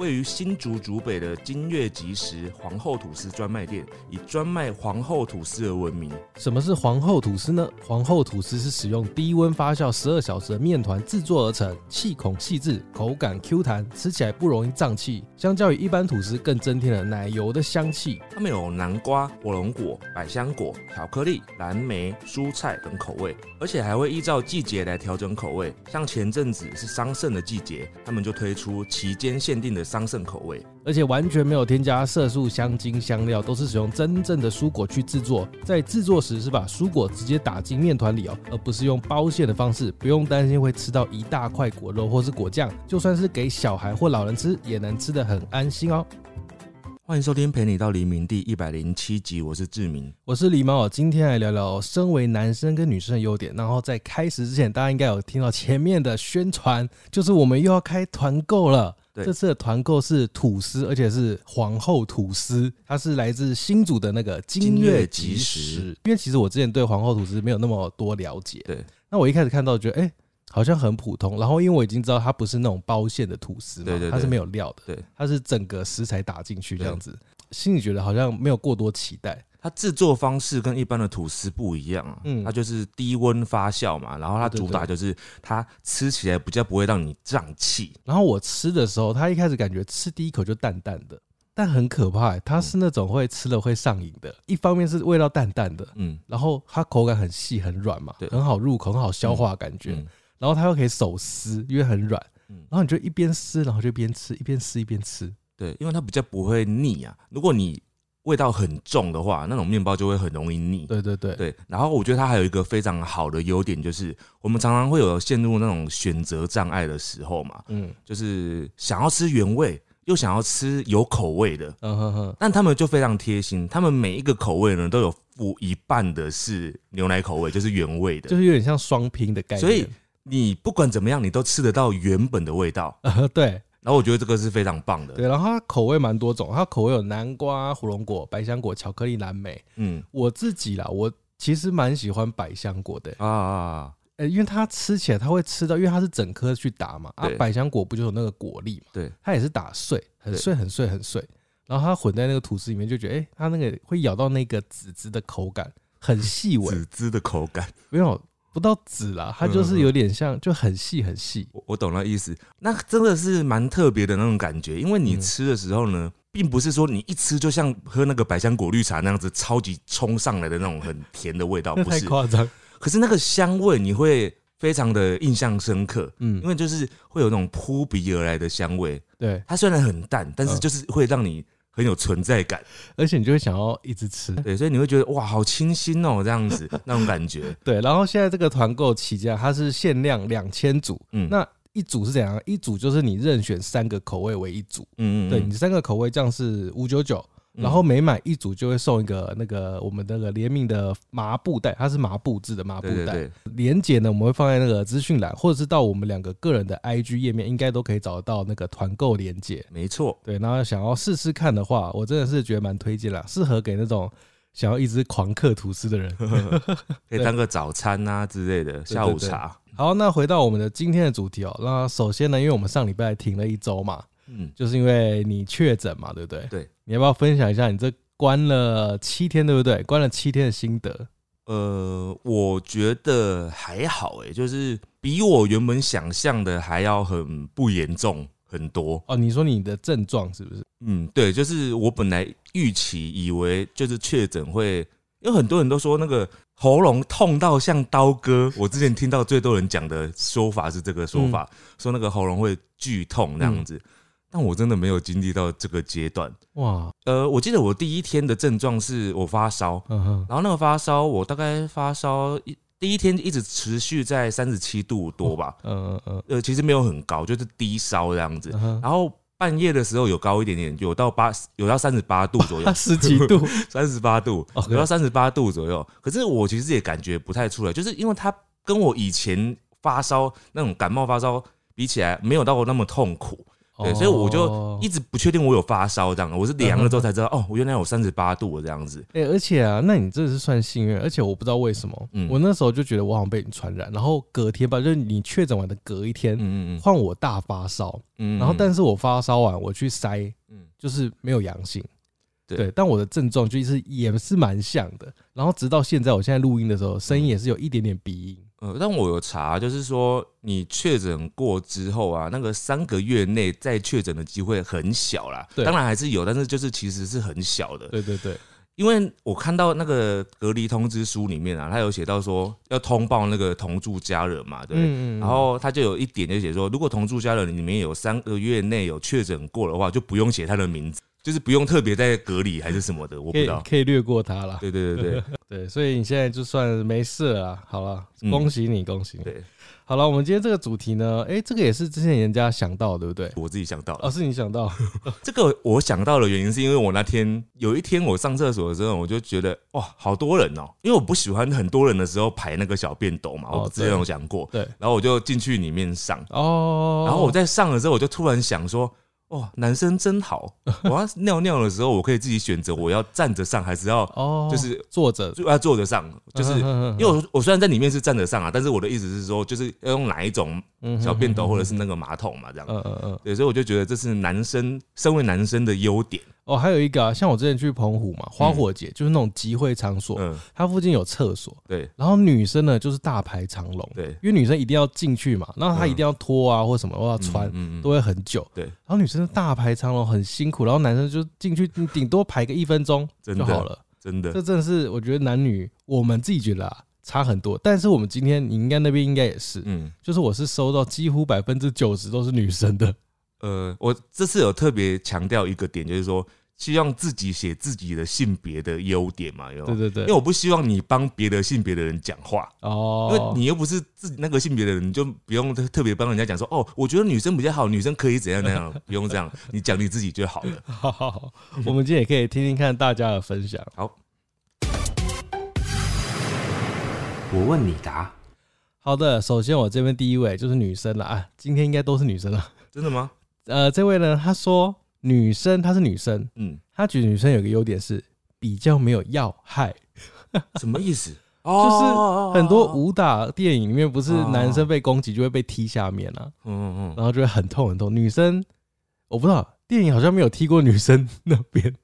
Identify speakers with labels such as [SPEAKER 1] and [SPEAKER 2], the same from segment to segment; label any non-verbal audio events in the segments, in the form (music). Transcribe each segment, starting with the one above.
[SPEAKER 1] 位于新竹竹北的金月吉时皇后吐司专卖店，以专卖皇后吐司而闻名。
[SPEAKER 2] 什么是皇后吐司呢？皇后吐司是使用低温发酵十二小时的面团制作而成，气孔细致，口感 Q 弹，吃起来不容易胀气。相较于一般吐司，更增添了奶油的香气。
[SPEAKER 1] 它们有南瓜、火龙果、百香果、巧克力、蓝莓、蔬菜等口味，而且还会依照季节来调整口味。像前阵子是桑葚的季节，他们就推出期间限定的桑葚口味。
[SPEAKER 2] 而且完全没有添加色素、香精、香料，都是使用真正的蔬果去制作。在制作时是把蔬果直接打进面团里哦，而不是用包馅的方式，不用担心会吃到一大块果肉或是果酱。就算是给小孩或老人吃，也能吃得很安心哦。
[SPEAKER 1] 欢迎收听《陪你到黎明》第一百零七集，我是志明。
[SPEAKER 2] 我是狸猫，今天来聊聊身为男生跟女生的优点。然后在开始之前，大家应该有听到前面的宣传，就是我们又要开团购了。
[SPEAKER 1] 对
[SPEAKER 2] 这次的团购是吐司，而且是皇后吐司，它是来自新竹的那个金月吉
[SPEAKER 1] 金月吉
[SPEAKER 2] 时。因为其实我之前对皇后吐司没有那么多了解，
[SPEAKER 1] 对，
[SPEAKER 2] 那我一开始看到觉得，哎、好像很普通。然后因为我已经知道它不是那种包馅的吐司嘛，
[SPEAKER 1] 对对对
[SPEAKER 2] 它是没有料的，
[SPEAKER 1] 对，
[SPEAKER 2] 它是整个食材打进去这样子，心里觉得好像没有过多期待。
[SPEAKER 1] 它制作方式跟一般的吐司不一样啊，
[SPEAKER 2] 嗯
[SPEAKER 1] 它就是低温发酵嘛，然后它
[SPEAKER 2] 对对
[SPEAKER 1] 主打就是它吃起来比较不会让你胀气，
[SPEAKER 2] 然后我吃的时候，它一开始感觉吃第一口就淡淡的，但很可怕、欸，它是那种会吃了会上瘾的。一方面是味道淡淡的，
[SPEAKER 1] 嗯，
[SPEAKER 2] 然后它口感很细很软嘛
[SPEAKER 1] 对，
[SPEAKER 2] 很好入口，很好消化的感觉。
[SPEAKER 1] 嗯
[SPEAKER 2] 然后它又可以手撕，因为很软
[SPEAKER 1] 嗯。
[SPEAKER 2] 然后你就一边撕，然后就一边吃，一边撕一边吃。
[SPEAKER 1] 对，因为它比较不会腻啊。如果你味道很重的话，那种面包就会很容易腻。
[SPEAKER 2] 对对对，
[SPEAKER 1] 对，然后我觉得它还有一个非常好的优点，就是我们常常会有陷入那种选择障碍的时候嘛，
[SPEAKER 2] 嗯
[SPEAKER 1] 就是想要吃原味，又想要吃有口味的，
[SPEAKER 2] 嗯哼哼，
[SPEAKER 1] 但他们就非常贴心，他们每一个口味呢都有附一半的是牛奶口味，就是原味的，
[SPEAKER 2] 就是有点像双拼的概念。
[SPEAKER 1] 所以你不管怎么样，你都吃得到原本的味道。
[SPEAKER 2] 呃， (laughs) 对
[SPEAKER 1] 然后我觉得这个是非常棒的，
[SPEAKER 2] 对，然后它口味蛮多种，它口味有南瓜、火龙果、百香果、巧克力、蓝莓。
[SPEAKER 1] 嗯
[SPEAKER 2] 我自己啦，我其实蛮喜欢百香果的欸、
[SPEAKER 1] 啊啊，啊
[SPEAKER 2] 呃、因为它吃起来它会吃到，因为它是整颗去打嘛，啊
[SPEAKER 1] 对，
[SPEAKER 2] 百香果不就有那个果粒嘛，
[SPEAKER 1] 对，
[SPEAKER 2] 它也是打碎，很
[SPEAKER 1] 对
[SPEAKER 2] 碎很碎很碎，然后它混在那个吐司里面，就觉得哎、诶它那个会咬到那个籽籽的口感很细微，
[SPEAKER 1] 籽嗯汁的口感。
[SPEAKER 2] 没有不到籽啦，它就是有点像就很细很细，
[SPEAKER 1] 我我懂了意思，那真的是蛮特别的那种感觉，因为你
[SPEAKER 2] 嗯
[SPEAKER 1] 吃的时候呢，并不是说你一吃就像喝那个百香果绿茶那样子超级冲上来的那种很甜的味道，
[SPEAKER 2] 那
[SPEAKER 1] 啊不
[SPEAKER 2] (laughs) 太
[SPEAKER 1] 是？
[SPEAKER 2] 夸
[SPEAKER 1] (laughs)
[SPEAKER 2] 张，
[SPEAKER 1] 可是那个香味你会非常的印象深刻，因
[SPEAKER 2] 嗯，
[SPEAKER 1] 为就是会有那种扑鼻而来的香味，
[SPEAKER 2] 对，
[SPEAKER 1] 它虽然很淡，但是
[SPEAKER 2] 嗯
[SPEAKER 1] 就是会让你很有存在感，
[SPEAKER 2] 而且你就会想要一直吃，
[SPEAKER 1] 对，所以你会觉得哇，好清新哦，这样
[SPEAKER 2] (laughs)
[SPEAKER 1] 子那种感觉，
[SPEAKER 2] 对，然后现在这个团购期间它是限量两千组，
[SPEAKER 1] 嗯，
[SPEAKER 2] 那一组是怎样？一组就是你任选三个口味为一组。
[SPEAKER 1] 嗯
[SPEAKER 2] 对你三个口味酱是五九九，然后每买一组就会送一个那个我们那个联名的麻布袋，它是麻布制的麻布
[SPEAKER 1] 对对
[SPEAKER 2] 袋。
[SPEAKER 1] 对，
[SPEAKER 2] 连接呢，我们会放在那个资讯栏，或者是到我们两个个人的 IG 页面，应该都可以找得到那个团购连接。
[SPEAKER 1] 没错，
[SPEAKER 2] 对，然后想要试试看的话，我真的是觉得蛮推荐啦，适合给那种想要一直狂嗑吐司
[SPEAKER 1] (laughs)
[SPEAKER 2] 的人。
[SPEAKER 1] 可以当个早餐啊之类的，下午
[SPEAKER 2] 对对
[SPEAKER 1] 茶，
[SPEAKER 2] 好，那回到我们的今天的主题哦，那首先呢，因为我们上礼拜停了一周嘛，
[SPEAKER 1] 嗯。
[SPEAKER 2] 就是因为你确诊嘛，对不对？
[SPEAKER 1] 对，
[SPEAKER 2] 你要不要分享一下你这关了七天，对不对？关了七天的心得。
[SPEAKER 1] 呃，我觉得还好诶、就是比我原本想象的还要很不严重很多。
[SPEAKER 2] 哦，你说你的症状是不是？
[SPEAKER 1] 嗯，对，就是我本来预期以为就是确诊会，因为很多人都说那个喉咙痛到像刀割，我之前听到最多人讲的说法是这个说法，说那个喉咙会剧痛那样子，但我真的没有经历到这个阶段。
[SPEAKER 2] 哇，
[SPEAKER 1] 呃，我记得我第一天的症状是我发烧，
[SPEAKER 2] 嗯哼，
[SPEAKER 1] 然后那个发烧，我大概发烧一第一天一直持续在三十七度多吧，
[SPEAKER 2] 嗯嗯
[SPEAKER 1] 呃，其实没有很高，就是低烧这样子。
[SPEAKER 2] 嗯哼，
[SPEAKER 1] 然后半夜的时候有高一点点，有到八有到三十八度左右
[SPEAKER 2] 他，啊十几度，
[SPEAKER 1] 三十八度
[SPEAKER 2] OK
[SPEAKER 1] 有到三十八度左右。可是我其实也感觉不太出来，就是因为它跟我以前发烧那种感冒发烧比起来，没有到那么痛苦。 (laughs) 对，所以我就
[SPEAKER 2] 哦
[SPEAKER 1] 一直不确定我有发烧这样，我是量了之后才知道，哦，我原来有三十八度这样子。
[SPEAKER 2] 哎、而且啊，那你真的是算幸运，而且我不知道为什么，
[SPEAKER 1] 嗯
[SPEAKER 2] 我那时候就觉得我好像被你传染，然后隔天吧，就是你确诊完的隔一天，
[SPEAKER 1] 嗯嗯
[SPEAKER 2] 换我大发烧，
[SPEAKER 1] 嗯，
[SPEAKER 2] 然后但
[SPEAKER 1] 是
[SPEAKER 2] 是我发烧完我去筛，
[SPEAKER 1] 嗯
[SPEAKER 2] 就是没有阳性。
[SPEAKER 1] 对
[SPEAKER 2] 对，但我的症状就是也是蛮像的，然后直到现在，我现在录音的时候，
[SPEAKER 1] 嗯
[SPEAKER 2] 声音也是有一点点鼻音。
[SPEAKER 1] 呃，但我有查，就是说你确诊过之后啊，那个三个月内再确诊的机会很小啦。
[SPEAKER 2] 对
[SPEAKER 1] 当然还是有，但是就是其实是很小的。
[SPEAKER 2] 对对对，
[SPEAKER 1] 因为我看到那个隔离通知书里面啊，他有写到说要通报那个同住家人嘛，对。
[SPEAKER 2] 嗯
[SPEAKER 1] 然后他就有一点就写说，如果同住家人里面有三个月内有确诊过的话，就不用写他的名字，就是不用特别在隔离还是什么的，我不
[SPEAKER 2] 可以
[SPEAKER 1] 知道。
[SPEAKER 2] 可以略过它了。
[SPEAKER 1] 对对对对
[SPEAKER 2] 对，所以你现在就算没事了啦，好了，
[SPEAKER 1] 嗯
[SPEAKER 2] 恭喜你，恭喜你。
[SPEAKER 1] 对，
[SPEAKER 2] 好了，我们今天这个主题呢，哎、这个也是之前人家想到，对不对？
[SPEAKER 1] 我自己想到
[SPEAKER 2] 哦，
[SPEAKER 1] 了
[SPEAKER 2] 是你想到，
[SPEAKER 1] 这个，我想到的原因是因为我那天有一天我上厕所的时候，我就觉得哇，好多人哦、因为我不喜欢很多人的时候排那个小便斗嘛，
[SPEAKER 2] 哦
[SPEAKER 1] 我之前有讲过，
[SPEAKER 2] 对，
[SPEAKER 1] 然后我就进去里面上，
[SPEAKER 2] 哦，
[SPEAKER 1] 然后我在上的时候，我就突然想说，哇，男生真
[SPEAKER 2] (laughs)
[SPEAKER 1] 好！我要尿尿的时候，我可以自己选择我要站着上，还是要
[SPEAKER 2] 哦，
[SPEAKER 1] 就是
[SPEAKER 2] 坐着，
[SPEAKER 1] 就要坐着上。就是
[SPEAKER 2] 嗯哼
[SPEAKER 1] 因为我我虽然在里面是站着上啊，但是我的意思是说，就是要用哪一种
[SPEAKER 2] 嗯哼
[SPEAKER 1] 小便斗或者是那个马桶嘛，这样。
[SPEAKER 2] 嗯嗯嗯，
[SPEAKER 1] 对，所以我就觉得这是男生身为男生的优点。
[SPEAKER 2] 哦，还有一个啊，像我之前去澎湖嘛，花火节、就是那种集会场所，
[SPEAKER 1] 嗯，
[SPEAKER 2] 它附近有厕所，
[SPEAKER 1] 对
[SPEAKER 2] 然后女生呢就是大排长龙，
[SPEAKER 1] 对，
[SPEAKER 2] 因为女生一定要进去嘛，然后她一定要脱啊或什么，或要穿，
[SPEAKER 1] 嗯
[SPEAKER 2] 都会很久。
[SPEAKER 1] 对
[SPEAKER 2] 然后女生大排长龙很辛苦，然后男生就进去你顶多排个一分钟
[SPEAKER 1] 真
[SPEAKER 2] 就
[SPEAKER 1] 的
[SPEAKER 2] 好了。
[SPEAKER 1] 真的
[SPEAKER 2] 这真的是我觉得男女我们自己觉得啊差很多，但是我们今天你应该那边应该也是，
[SPEAKER 1] 嗯。
[SPEAKER 2] 就是我是收到几乎百分之九十都是女生的。
[SPEAKER 1] 呃，我这次有特别强调一个点，就是说，希望自己写自己的性别的优点嘛，有没
[SPEAKER 2] 对
[SPEAKER 1] 有
[SPEAKER 2] 对对，
[SPEAKER 1] 因为我不希望你帮别的性别的人讲话，因
[SPEAKER 2] 哦，
[SPEAKER 1] 为你又不是自己那个性别的人，你就不用特特别帮人家讲说哦，我觉得女生比较好，女生可以怎样怎样，不用这样，你讲你自己就好了。
[SPEAKER 2] 好好好，我们今天也可以听听看大家的分享。
[SPEAKER 1] 好，
[SPEAKER 3] 我问你答。
[SPEAKER 2] 好的，首先我这边第一位就是女生了啊，今天应该都是女生了。
[SPEAKER 1] 真的吗？
[SPEAKER 2] 呃，这位呢，她说女生，她是女生， (laughs)
[SPEAKER 1] 嗯，
[SPEAKER 2] 她觉得女生有个优点是比较没有要害，
[SPEAKER 1] 什么意思？哦
[SPEAKER 2] 就是很多武打电影里面不是男生被攻击就会被踢下面啊，
[SPEAKER 1] 嗯嗯嗯，
[SPEAKER 2] 然后就会很痛很痛。女生我不知道，电影好像没有踢过女生那
[SPEAKER 1] (laughs)
[SPEAKER 2] 边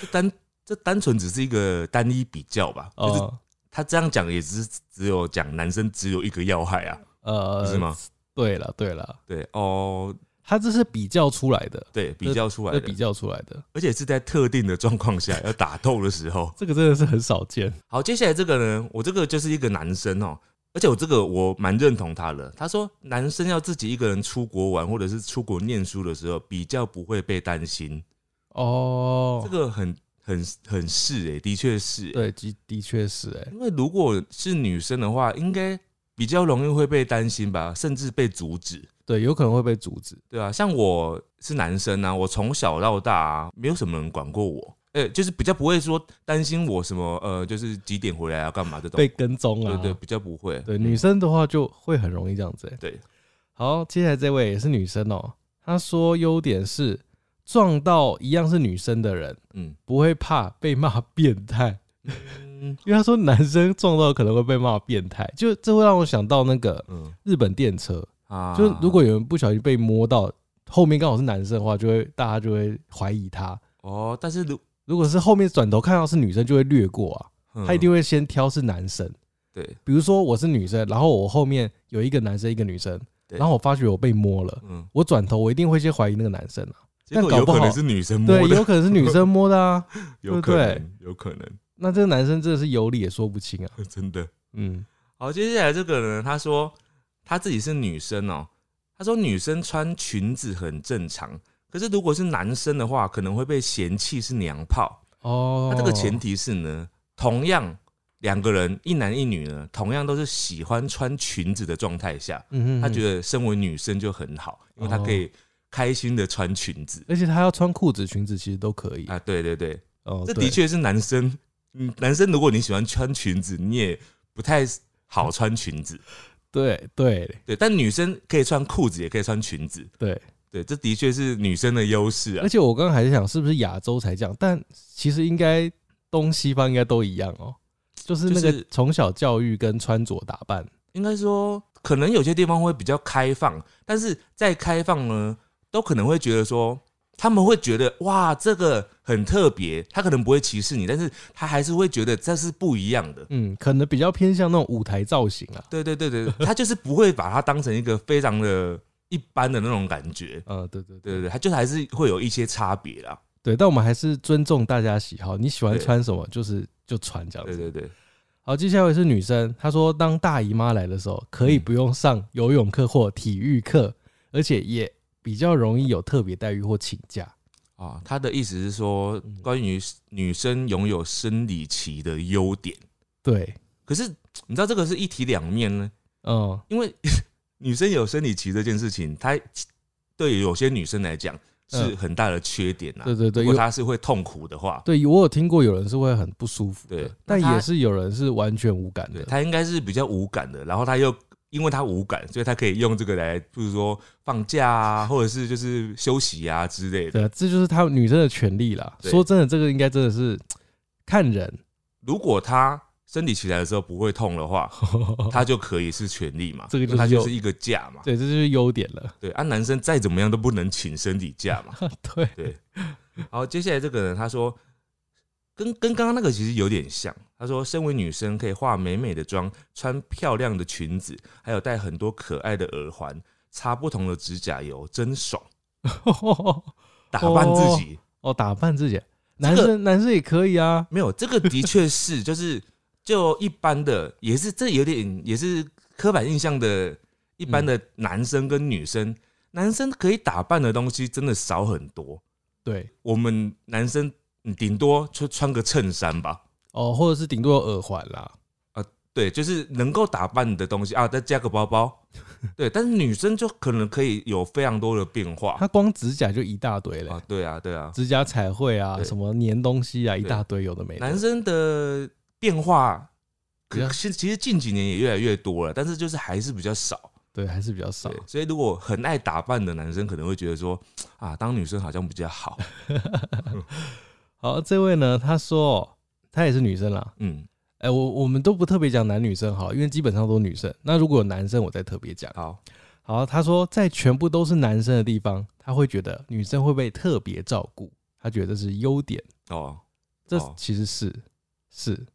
[SPEAKER 1] 这单这单纯只是一个单一比较吧，就是
[SPEAKER 2] 哦，
[SPEAKER 1] 他这样讲也只是只有讲男生只有一个要害啊，
[SPEAKER 2] 呃，
[SPEAKER 1] 是吗？
[SPEAKER 2] 对了对了，
[SPEAKER 1] 对哦，
[SPEAKER 2] 她这是比较出来的，
[SPEAKER 1] 对，比较出来
[SPEAKER 2] 这比
[SPEAKER 1] 的，
[SPEAKER 2] 较出来的，
[SPEAKER 1] 而且是在特定的状况下要 (laughs) 打斗的时候。
[SPEAKER 2] 这个真的是很少见。
[SPEAKER 1] 好，接下来这个呢，我这个就是一个男生哦，而且我这个我蛮认同他的。他说，男生要自己一个人出国玩或者是出国念书的时候，比较不会被担心。
[SPEAKER 2] 哦，
[SPEAKER 1] 这个很很很是诶、的确是、欸。
[SPEAKER 2] 对，的的确是哎、
[SPEAKER 1] 因为如果是女生的话，应该比较容易会被担心吧，甚至被阻止。
[SPEAKER 2] 对，有可能会被阻止。
[SPEAKER 1] 对啊，像我是男生啊，我从小到大、啊、没有什么人管过我，呃、就是比较不会说担心我什么呃，就是几点回来啊，干嘛这种。
[SPEAKER 2] 被跟踪啊，
[SPEAKER 1] 对对，比较不会。
[SPEAKER 2] 对女生的话就会很容易这样子、欸。
[SPEAKER 1] 对，
[SPEAKER 2] 好，接下来这位也是女生哦、她说优点是撞到一样是女生的人
[SPEAKER 1] 嗯。
[SPEAKER 2] 不会怕被骂变态，
[SPEAKER 1] 嗯
[SPEAKER 2] 因为她说男生撞到可能会被骂变态，就这会让我想到那个
[SPEAKER 1] 嗯
[SPEAKER 2] 日本电车，
[SPEAKER 1] 啊
[SPEAKER 2] 就是如果有人不小心被摸到后面刚好是男生的话，就会大家就会怀疑他。
[SPEAKER 1] 哦，但是如
[SPEAKER 2] 如果是后面转头看到是女生，就会略过啊。他一定
[SPEAKER 1] 会
[SPEAKER 2] 会先挑是男生。
[SPEAKER 1] 嗯对，
[SPEAKER 2] 比如说我是女生，然后我后面有一个男生一个女生，
[SPEAKER 1] 对
[SPEAKER 2] 然后我发觉我被摸了，
[SPEAKER 1] 嗯，
[SPEAKER 2] 我转头我一定会先怀疑那个男生啊。
[SPEAKER 1] 结果
[SPEAKER 2] 但搞
[SPEAKER 1] 有
[SPEAKER 2] 不
[SPEAKER 1] 可
[SPEAKER 2] 好
[SPEAKER 1] 能是女生摸
[SPEAKER 2] 对，
[SPEAKER 1] 的，
[SPEAKER 2] 有可能是女生摸的啊。
[SPEAKER 1] 有可能，有可能， (laughs)
[SPEAKER 2] 那这个男生真的是有理也说不清啊。
[SPEAKER 1] 真的。
[SPEAKER 2] 嗯，
[SPEAKER 1] 好，接下来这个人他说他自己是女生哦，他说女生穿裙子很正常，可是如果是男生的话，可能会被嫌弃是娘炮。
[SPEAKER 2] 哦，
[SPEAKER 1] 那这个前提是呢，同样两个人一男一女呢，同样都是喜欢穿裙子的状态下，
[SPEAKER 2] 嗯，嗯
[SPEAKER 1] 他觉
[SPEAKER 2] 得，
[SPEAKER 1] 得身为女生就很好，因为她可以开心的穿裙子。
[SPEAKER 2] 而且他要穿裤子、裙子其实都可以。
[SPEAKER 1] 啊，对对对，
[SPEAKER 2] 哦，
[SPEAKER 1] 这
[SPEAKER 2] 对
[SPEAKER 1] 的，确是男生。嗯，男生如果你喜欢穿裙子，你也不太好穿裙子。
[SPEAKER 2] 对对
[SPEAKER 1] 对，但女生可以穿裤子，也可以穿裙子。啊
[SPEAKER 2] 对，
[SPEAKER 1] 对，这的确是女生的优势啊
[SPEAKER 2] 而。且我刚刚还在想，是不是亚洲才这样？但其实应该东西方应该都一样哦，就是那
[SPEAKER 1] 就
[SPEAKER 2] 个
[SPEAKER 1] 是
[SPEAKER 2] 从小教育跟穿着打扮，
[SPEAKER 1] 应该说，可能有些地方会比较开放，但是在开放呢，都可能会觉得说，他们会觉得哇，这个很特别，他可能不会歧视你，但是他还是会觉得这是不一样的。
[SPEAKER 2] 嗯，可能比较偏向那种舞台造型啊，
[SPEAKER 1] 对对对对，他就是不会把它当成一个非常的一般的那种感觉。
[SPEAKER 2] 嗯，对对
[SPEAKER 1] 对
[SPEAKER 2] 对
[SPEAKER 1] 对对，他就还是会有一些差别啦。
[SPEAKER 2] 对，但我们还是尊重大家喜好，你喜欢
[SPEAKER 1] 对
[SPEAKER 2] 穿什么就是就穿这样
[SPEAKER 1] 对
[SPEAKER 2] 子。
[SPEAKER 1] 对对，
[SPEAKER 2] 好，接下来是女生，她说当大姨妈来的时候，可
[SPEAKER 1] 嗯
[SPEAKER 2] 以不用上游泳课或体育课，而且也比较容易有特别待遇或请假。
[SPEAKER 1] 啊，他的意思是说，
[SPEAKER 2] 嗯
[SPEAKER 1] 关于女生拥有生理期的优点，
[SPEAKER 2] 对，
[SPEAKER 1] 可是你知道这个是一体两面呢，
[SPEAKER 2] 嗯，
[SPEAKER 1] 因为 (laughs) 女生有生理期这件事情，她对有些女生来讲是很大的缺点啊。
[SPEAKER 2] 嗯对对对
[SPEAKER 1] 如果
[SPEAKER 2] 有
[SPEAKER 1] 她是会痛苦的话，
[SPEAKER 2] 对我有听过有人是会很不舒服的
[SPEAKER 1] 对，
[SPEAKER 2] 但
[SPEAKER 1] 那她
[SPEAKER 2] 也是有人是完全无感
[SPEAKER 1] 对
[SPEAKER 2] 的。
[SPEAKER 1] 她应该是比较无感的。然后她又因为她无感，所以她可以用这个来，比如说放假啊，或者是就是休息啊之类的。
[SPEAKER 2] 对啊，这就是她女生的权利啦。
[SPEAKER 1] 对
[SPEAKER 2] 说真的，这个应该真的是看人，
[SPEAKER 1] 如果她生理期来的时候不会痛的话， (laughs) 她就可以是权利嘛，
[SPEAKER 2] 哦这个就是
[SPEAKER 1] 因为她就
[SPEAKER 2] 有
[SPEAKER 1] 是一个假嘛。
[SPEAKER 2] 对，这就是优点了。
[SPEAKER 1] 对，啊，男生再怎么样都不能请生理假
[SPEAKER 2] (laughs)
[SPEAKER 1] 嘛。
[SPEAKER 2] 对，
[SPEAKER 1] 好，接下来这个人他说，跟跟刚刚那个其实有点像。他说，身为女生可以化美美的妆，穿漂亮的裙子，还有戴很多可爱的耳环，擦不同的指甲油，真爽。打扮自己、
[SPEAKER 2] 哦，打扮自己，
[SPEAKER 1] 这
[SPEAKER 2] 男
[SPEAKER 1] 个
[SPEAKER 2] 生、男生也可以啊。
[SPEAKER 1] 没有这个的确
[SPEAKER 2] (laughs)
[SPEAKER 1] 是，就是就一般的也是这有点也是刻板印象的，一般
[SPEAKER 2] 嗯
[SPEAKER 1] 的男生跟女生，男生可以打扮的东西真的少很多。
[SPEAKER 2] 对，
[SPEAKER 1] 我们男生嗯顶多就穿个衬衫吧，
[SPEAKER 2] 哦，或者是顶多有耳环啦。
[SPEAKER 1] 对，就是能够打扮的东西啊，再加个包包，对。但是女生就可能可以有非常多的变化
[SPEAKER 2] 他光指甲就一大堆嘞、
[SPEAKER 1] 啊，对啊，对啊。
[SPEAKER 2] 指甲彩绘啊，
[SPEAKER 1] 对
[SPEAKER 2] 什么粘东西啊，一
[SPEAKER 1] 对
[SPEAKER 2] 大堆有的没的。
[SPEAKER 1] 男生的变化，
[SPEAKER 2] 比
[SPEAKER 1] 可
[SPEAKER 2] 较
[SPEAKER 1] 是其实近几年也越来越多了，但是就是还是比较少。
[SPEAKER 2] 对还是比较少
[SPEAKER 1] 对，，哦所以如果很爱打扮的男生，可能会觉得说啊，当女生好像比较好。
[SPEAKER 2] 好，这位呢，她说她也是女生啦。
[SPEAKER 1] 嗯，
[SPEAKER 2] 哎、我我们都不特别讲男女生好了，因为基本上都是女生。那如果有男生，我再特别讲。
[SPEAKER 1] 好，
[SPEAKER 2] 好，她说在全部都是男生的地方，她会觉得女生会被特别照顾，她觉得这是优点。
[SPEAKER 1] 哦，
[SPEAKER 2] 这
[SPEAKER 1] 哦
[SPEAKER 2] 其实是、是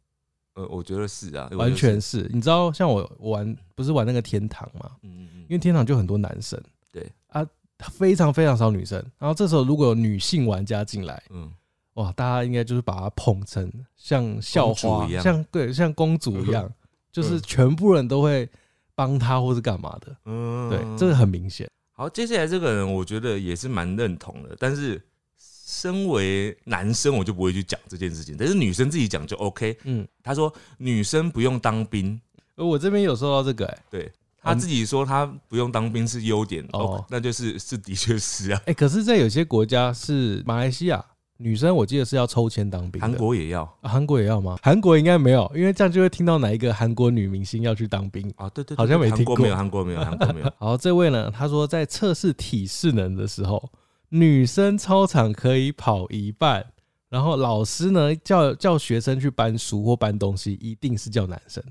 [SPEAKER 1] 呃，我觉得是啊，我觉得
[SPEAKER 2] 完全
[SPEAKER 1] 是，
[SPEAKER 2] 是。你知道，像我我玩不是玩那个天堂嘛，
[SPEAKER 1] 嗯嗯
[SPEAKER 2] 因为天堂就很多男生，
[SPEAKER 1] 对
[SPEAKER 2] 啊，非常非常少女生。然后这时候如果有女性玩家进来，
[SPEAKER 1] 嗯，
[SPEAKER 2] 哇，大家应该就是把她捧成像
[SPEAKER 1] 公
[SPEAKER 2] 校花
[SPEAKER 1] 主一，样
[SPEAKER 2] 像对，像公主一样，
[SPEAKER 1] (laughs)
[SPEAKER 2] 就是全部人都会帮她或是干嘛的。
[SPEAKER 1] 嗯
[SPEAKER 2] 对，这个很明显。
[SPEAKER 1] 好，接下来这个人我觉得也是蛮认同的，但是身为男生我就不会去讲这件事情，但是女生自己讲就 OK。
[SPEAKER 2] 嗯，
[SPEAKER 1] 他说女生不用当兵，
[SPEAKER 2] 而嗯我这边有收到这个、欸，哎、
[SPEAKER 1] 他自己说他不用当兵是优点
[SPEAKER 2] 哦
[SPEAKER 1] 哦，OK，那就是是的确是啊，
[SPEAKER 2] 哎可是，在有些国家是马来西亚女生，我记得是要抽签当兵的。
[SPEAKER 1] 韩国也要
[SPEAKER 2] 啊韩国也要吗？韩国应该没有，因为这样就会听到哪一个韩国女明星要去当兵。
[SPEAKER 1] 啊，对对对
[SPEAKER 2] 好像没
[SPEAKER 1] 对韩
[SPEAKER 2] 听
[SPEAKER 1] 国
[SPEAKER 2] 过
[SPEAKER 1] 没有，韩国没有，韩国没
[SPEAKER 2] (laughs)
[SPEAKER 1] 有
[SPEAKER 2] 好，这位呢，他说在测试体适能的时候，女生操场可以跑一半，然后老师呢叫叫学生去搬书或搬东西，一定是叫男生。。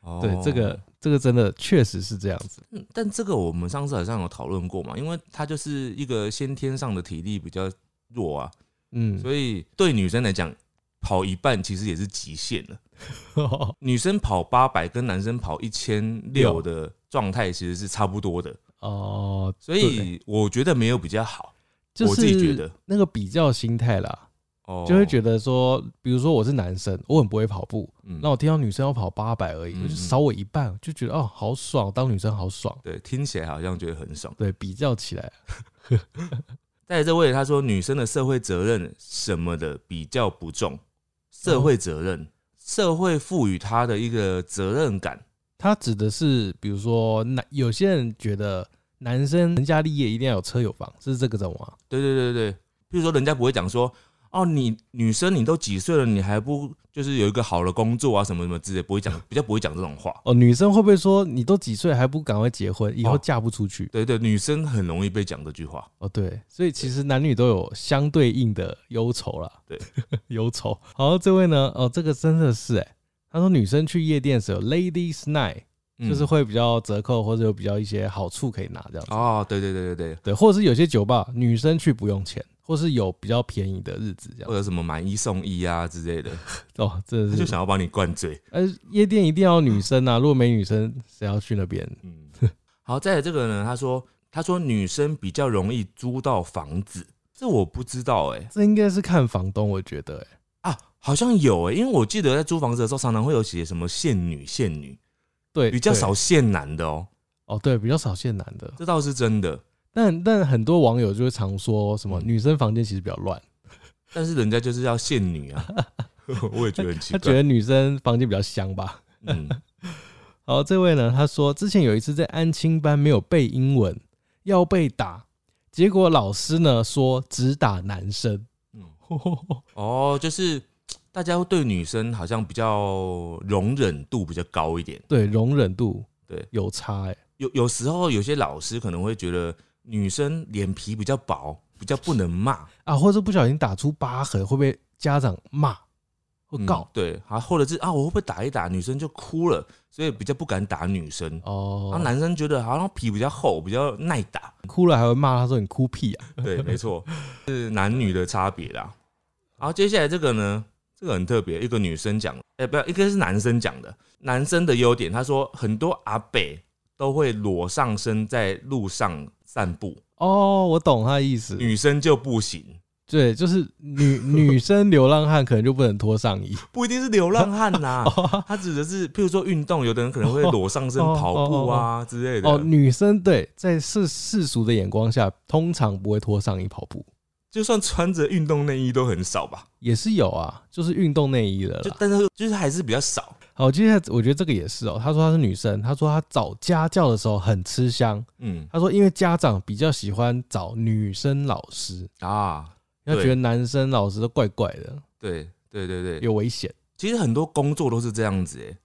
[SPEAKER 1] 哦
[SPEAKER 2] 对，这个这个真的确实是这样子。
[SPEAKER 1] 嗯但这个我们上次好像有讨论过嘛，因为他就是一个先天上的体力比较弱啊，
[SPEAKER 2] 嗯， (laughs)
[SPEAKER 1] 所以对女生来讲，跑一半其实也是极限了。女生跑八百跟男生跑一千六的状态其实是差不多的，
[SPEAKER 2] 哦，
[SPEAKER 1] 所以我觉得没有比较好。
[SPEAKER 2] 就
[SPEAKER 1] 我自己觉
[SPEAKER 2] 是
[SPEAKER 1] 得
[SPEAKER 2] 那个比较心态啦，
[SPEAKER 1] 哦
[SPEAKER 2] 就会觉得说，比如说我是男生，我很不会跑步，
[SPEAKER 1] 嗯
[SPEAKER 2] 那我听到女生要跑八百而已，
[SPEAKER 1] 嗯
[SPEAKER 2] 我就
[SPEAKER 1] 嗯
[SPEAKER 2] 少我一半，就觉得哦，好爽，当女生好爽。
[SPEAKER 1] 对听起来好像觉得很爽。
[SPEAKER 2] 对比较起来，
[SPEAKER 1] 在这位他说女生的社会责任什么的比较不重，社
[SPEAKER 2] 嗯
[SPEAKER 1] 会责任，社会赋予她的一个责任感，
[SPEAKER 2] 他指的是，比如说男，有些人觉得男生成家立业一定要有车有房，是这个种吗？
[SPEAKER 1] 对对对对，譬如说人家不会讲说哦，你女生你都几岁了，你还不就是有一个好的工作啊，什么什么之类，不会讲，比较不会讲这种话。
[SPEAKER 2] 哦，女生会不会说你都几岁还不赶快结婚，以后
[SPEAKER 1] 哦
[SPEAKER 2] 嫁不出去？
[SPEAKER 1] 对对，女生很容易被讲这句话。
[SPEAKER 2] 哦，对，所以其实男女都有相对应的忧愁啦。
[SPEAKER 1] 对，
[SPEAKER 2] (laughs) 忧愁。好，这位呢，哦，这个真的是哎、他说女生去夜店时有 ladies night，、
[SPEAKER 1] 嗯
[SPEAKER 2] 就是会比较折扣或者有比较一些好处可以拿这样子。
[SPEAKER 1] 哦，对对对对
[SPEAKER 2] 对，或者是有些酒吧女生去不用钱，或是有比较便宜的日子这
[SPEAKER 1] 对，
[SPEAKER 2] 样
[SPEAKER 1] 或。者什么买一送一啊之类的，
[SPEAKER 2] (laughs) 哦，真
[SPEAKER 1] 他
[SPEAKER 2] 的，
[SPEAKER 1] 就是想要把你灌醉。
[SPEAKER 2] 呃，夜店一定要女生啊，如果没女生，谁要去那边？
[SPEAKER 1] 嗯，好，再来这个呢，他说他说女生比较容易租到房子，这我不知道哎、
[SPEAKER 2] 这应该是看房东，我觉得、欸，
[SPEAKER 1] 啊，好像有哎、因为我记得在租房子的时候，常常会有写什么限女限女，
[SPEAKER 2] 对，
[SPEAKER 1] 比较
[SPEAKER 2] 对
[SPEAKER 1] 少限男的哦、
[SPEAKER 2] 哦，对，比较少见男的。
[SPEAKER 1] 这倒是真的。
[SPEAKER 2] 但但很多网友就会常说什么
[SPEAKER 1] 嗯
[SPEAKER 2] 女生房间其实比较乱，
[SPEAKER 1] 但是人家就是要限女啊， (laughs) 我也觉得很奇
[SPEAKER 2] 他觉
[SPEAKER 1] 怪。
[SPEAKER 2] 得女生房间比较香吧。
[SPEAKER 1] 嗯，
[SPEAKER 2] 好，这位呢，他说之前有一次在安亲班没有背英文，要被打，结果老师呢说只打男生。 (laughs)
[SPEAKER 1] 嗯哦，就是大家对女生好像比较容忍度比较高一点。
[SPEAKER 2] 对，容忍度
[SPEAKER 1] 对
[SPEAKER 2] 有差哎、欸
[SPEAKER 1] 有有时候有些老师可能会觉得女生脸皮比较薄，比较不能骂，
[SPEAKER 2] 啊，或者不小心打出疤痕，会被家长骂或
[SPEAKER 1] 嗯
[SPEAKER 2] 告、
[SPEAKER 1] 对，啊，或者是啊，我会不会打一打女生就哭了，所以比较不敢打女生。啊，
[SPEAKER 2] 哦，
[SPEAKER 1] 男生觉得好像皮比较厚，比较耐打。
[SPEAKER 2] 哭了还会骂他说你哭屁啊，
[SPEAKER 1] 对，没错，是男女的差别啦。然后接下来这个呢，这个很特别，一个女生讲，哎、不要，一个是男生讲的。男生的优点，他说很多阿北都会裸上身在路上散步，
[SPEAKER 2] 哦，我懂他的意思，
[SPEAKER 1] 女生就不行，
[SPEAKER 2] 对，就是女女生流浪汉可能就不能脱上衣，
[SPEAKER 1] 不一定是流浪汉
[SPEAKER 2] (laughs)
[SPEAKER 1] 呐、他指的是，譬如说运动，有的人可能会裸上身
[SPEAKER 2] 哦哦
[SPEAKER 1] 跑步啊之类的。
[SPEAKER 2] 哦，女生对，在世世俗的眼光下，通常不会脱上衣跑步，
[SPEAKER 1] 就算穿着运动内衣都很少吧，
[SPEAKER 2] 也是有啊，就是运动内衣了
[SPEAKER 1] 就
[SPEAKER 2] 啦。
[SPEAKER 1] 但是就是还是比较少。
[SPEAKER 2] 好，接下来我觉得这个也是哦。她说她是女生，她说她找家教的时候很吃香。
[SPEAKER 1] 嗯
[SPEAKER 2] 她说因为家长比较喜欢找女生老师，
[SPEAKER 1] 啊，
[SPEAKER 2] 要
[SPEAKER 1] 对
[SPEAKER 2] 觉得男生老师都怪怪的，
[SPEAKER 1] 对对对对，
[SPEAKER 2] 有危险。
[SPEAKER 1] 其实很多工作都是这样子欸诶、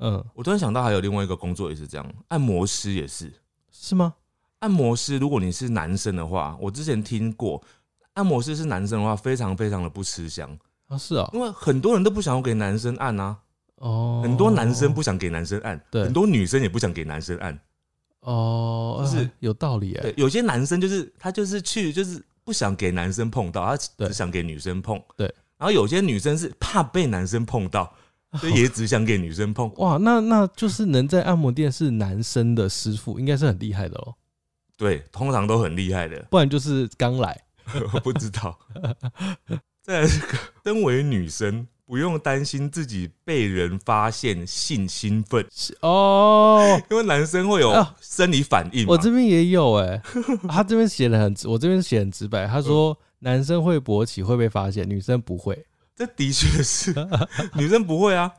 [SPEAKER 2] 嗯，
[SPEAKER 1] 我突然想到还有另外一个工作也是这样，按摩师也是。
[SPEAKER 2] 是吗？
[SPEAKER 1] 按摩师如果你是男生的话，我之前听过，按摩师是男生的话，非常非常的不吃香，
[SPEAKER 2] 啊，是啊、
[SPEAKER 1] 因为很多人都不想要给男生按啊，
[SPEAKER 2] 哦，
[SPEAKER 1] 很多男生不想给男生按，
[SPEAKER 2] 对
[SPEAKER 1] 很多女生也不想给男生按。
[SPEAKER 2] 哦，
[SPEAKER 1] 就是
[SPEAKER 2] 啊有道理哎、
[SPEAKER 1] 对，有些男生就是他就是去就是不想给男生碰到，他
[SPEAKER 2] 对
[SPEAKER 1] 只想给女生碰。
[SPEAKER 2] 对，。
[SPEAKER 1] 然后有些女生是怕被男生碰到，所以也只想给女生碰
[SPEAKER 2] 哇，那那就是能在按摩店是男生的师傅，应该是很厉害的咯，
[SPEAKER 1] 对，通常都很厉害的，
[SPEAKER 2] 不然就是刚来
[SPEAKER 1] (laughs) 我不知道。再来这个，身为女生，不用担心自己被人发现性兴奋，
[SPEAKER 2] 是哦。
[SPEAKER 1] 因为男生会有
[SPEAKER 2] 啊
[SPEAKER 1] 生理反应嘛。
[SPEAKER 2] 我这边也有哎、他这边写的很直，我这边写得很直白，他说男生会勃起会被发现，女生不会。
[SPEAKER 1] 这的确
[SPEAKER 2] (laughs)
[SPEAKER 1] 是女生不会啊，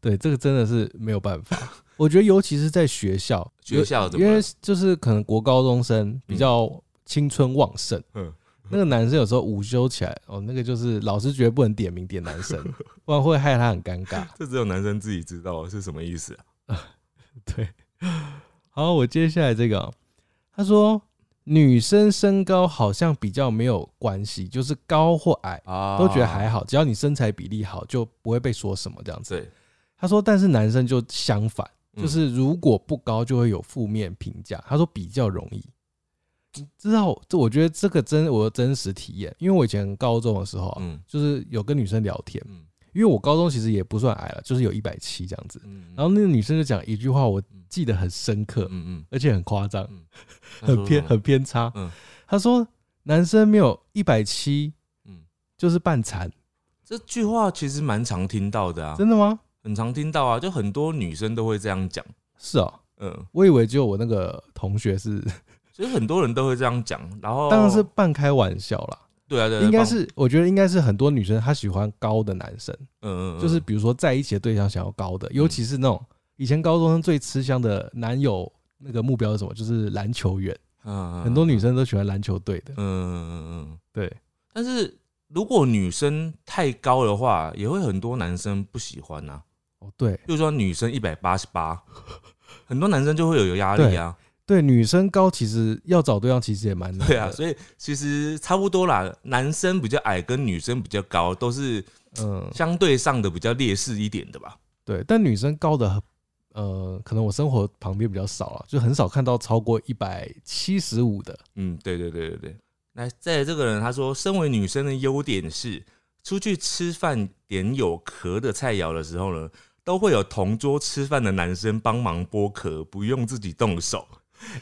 [SPEAKER 2] 对，这个真的是没有办法。 (laughs) 我觉得尤其是在学校，
[SPEAKER 1] (laughs) 学校怎
[SPEAKER 2] 因
[SPEAKER 1] 么
[SPEAKER 2] 为
[SPEAKER 1] 了？
[SPEAKER 2] 就是可能国高中生比较青春旺盛，
[SPEAKER 1] 嗯
[SPEAKER 2] 那个男生有时候午休起来，哦，那个就是老师绝对不能点名点男生，不然会害他很尴 (laughs) 尬。
[SPEAKER 1] 这只有男生自己知道是什么意思啊、
[SPEAKER 2] 对，好，我接下来这个哦、他说女生身高好像比较没有关系，就是高或矮
[SPEAKER 1] 啊
[SPEAKER 2] 都觉得还好，只要你身材比例好，就不会被说什么这样子。
[SPEAKER 1] 对，
[SPEAKER 2] 他说，但是男生就相反，
[SPEAKER 1] 嗯
[SPEAKER 2] 就是如果不高就会有负面评价。他说比较容易，知道这我觉得这个真我的真实体验，因为我以前高中的时候啊、
[SPEAKER 1] 嗯
[SPEAKER 2] 就是有跟女生聊天，
[SPEAKER 1] 嗯
[SPEAKER 2] 因为我高中其实也不算矮了，就是有一百七这样子。
[SPEAKER 1] 嗯，
[SPEAKER 2] 然后那个女生就讲一句话，我记得很深刻，
[SPEAKER 1] 嗯
[SPEAKER 2] 而且很夸张，
[SPEAKER 1] 嗯嗯，
[SPEAKER 2] 很偏很偏差。
[SPEAKER 1] 嗯
[SPEAKER 2] 她说男生没有一百七
[SPEAKER 1] 嗯，
[SPEAKER 2] 就是半残，
[SPEAKER 1] 这句话其实蛮常听到的啊，
[SPEAKER 2] 真的吗？
[SPEAKER 1] 很常听到啊，就很多女生都会这样讲，
[SPEAKER 2] 是哦，
[SPEAKER 1] 嗯，
[SPEAKER 2] 我以为只有我那个同学是，
[SPEAKER 1] 所以很多人都会这样讲，然后
[SPEAKER 2] 当然是半开玩笑啦。
[SPEAKER 1] 对哦啊，对啊，
[SPEAKER 2] 应该
[SPEAKER 1] 帮
[SPEAKER 2] 是，我觉得应该是很多女生她喜欢高的男生，
[SPEAKER 1] 嗯嗯，嗯嗯
[SPEAKER 2] 就是比如说在一起的对象想要高的，尤其是那种以前高中生最吃香的男友那个目标是什么？就是篮球员，
[SPEAKER 1] 嗯嗯
[SPEAKER 2] 很多女生都喜欢篮球队的。
[SPEAKER 1] 嗯嗯嗯嗯嗯，
[SPEAKER 2] 对，
[SPEAKER 1] 但是如果女生太高的话，也会很多男生不喜欢呐、
[SPEAKER 2] 哦，对
[SPEAKER 1] 比如说女生一百八十八，很多男生就会有有压力啊。
[SPEAKER 2] 对，女生高其实要找对象其实也蛮难的。
[SPEAKER 1] 对啊，所以其实差不多啦。男生比较矮跟女生比较高都是
[SPEAKER 2] 嗯，
[SPEAKER 1] 相对上的比较劣势一点的吧。
[SPEAKER 2] 对，但女生高的，呃，可能我生活旁边比较少了，就很少看到超过一百七十五的。
[SPEAKER 1] 嗯，对对对对对。那再来这个人他说，身为女生的优点是，出去吃饭点有壳的菜肴的时候呢，都会有同桌吃饭的男生帮忙剥壳，不用自己动手。 (laughs)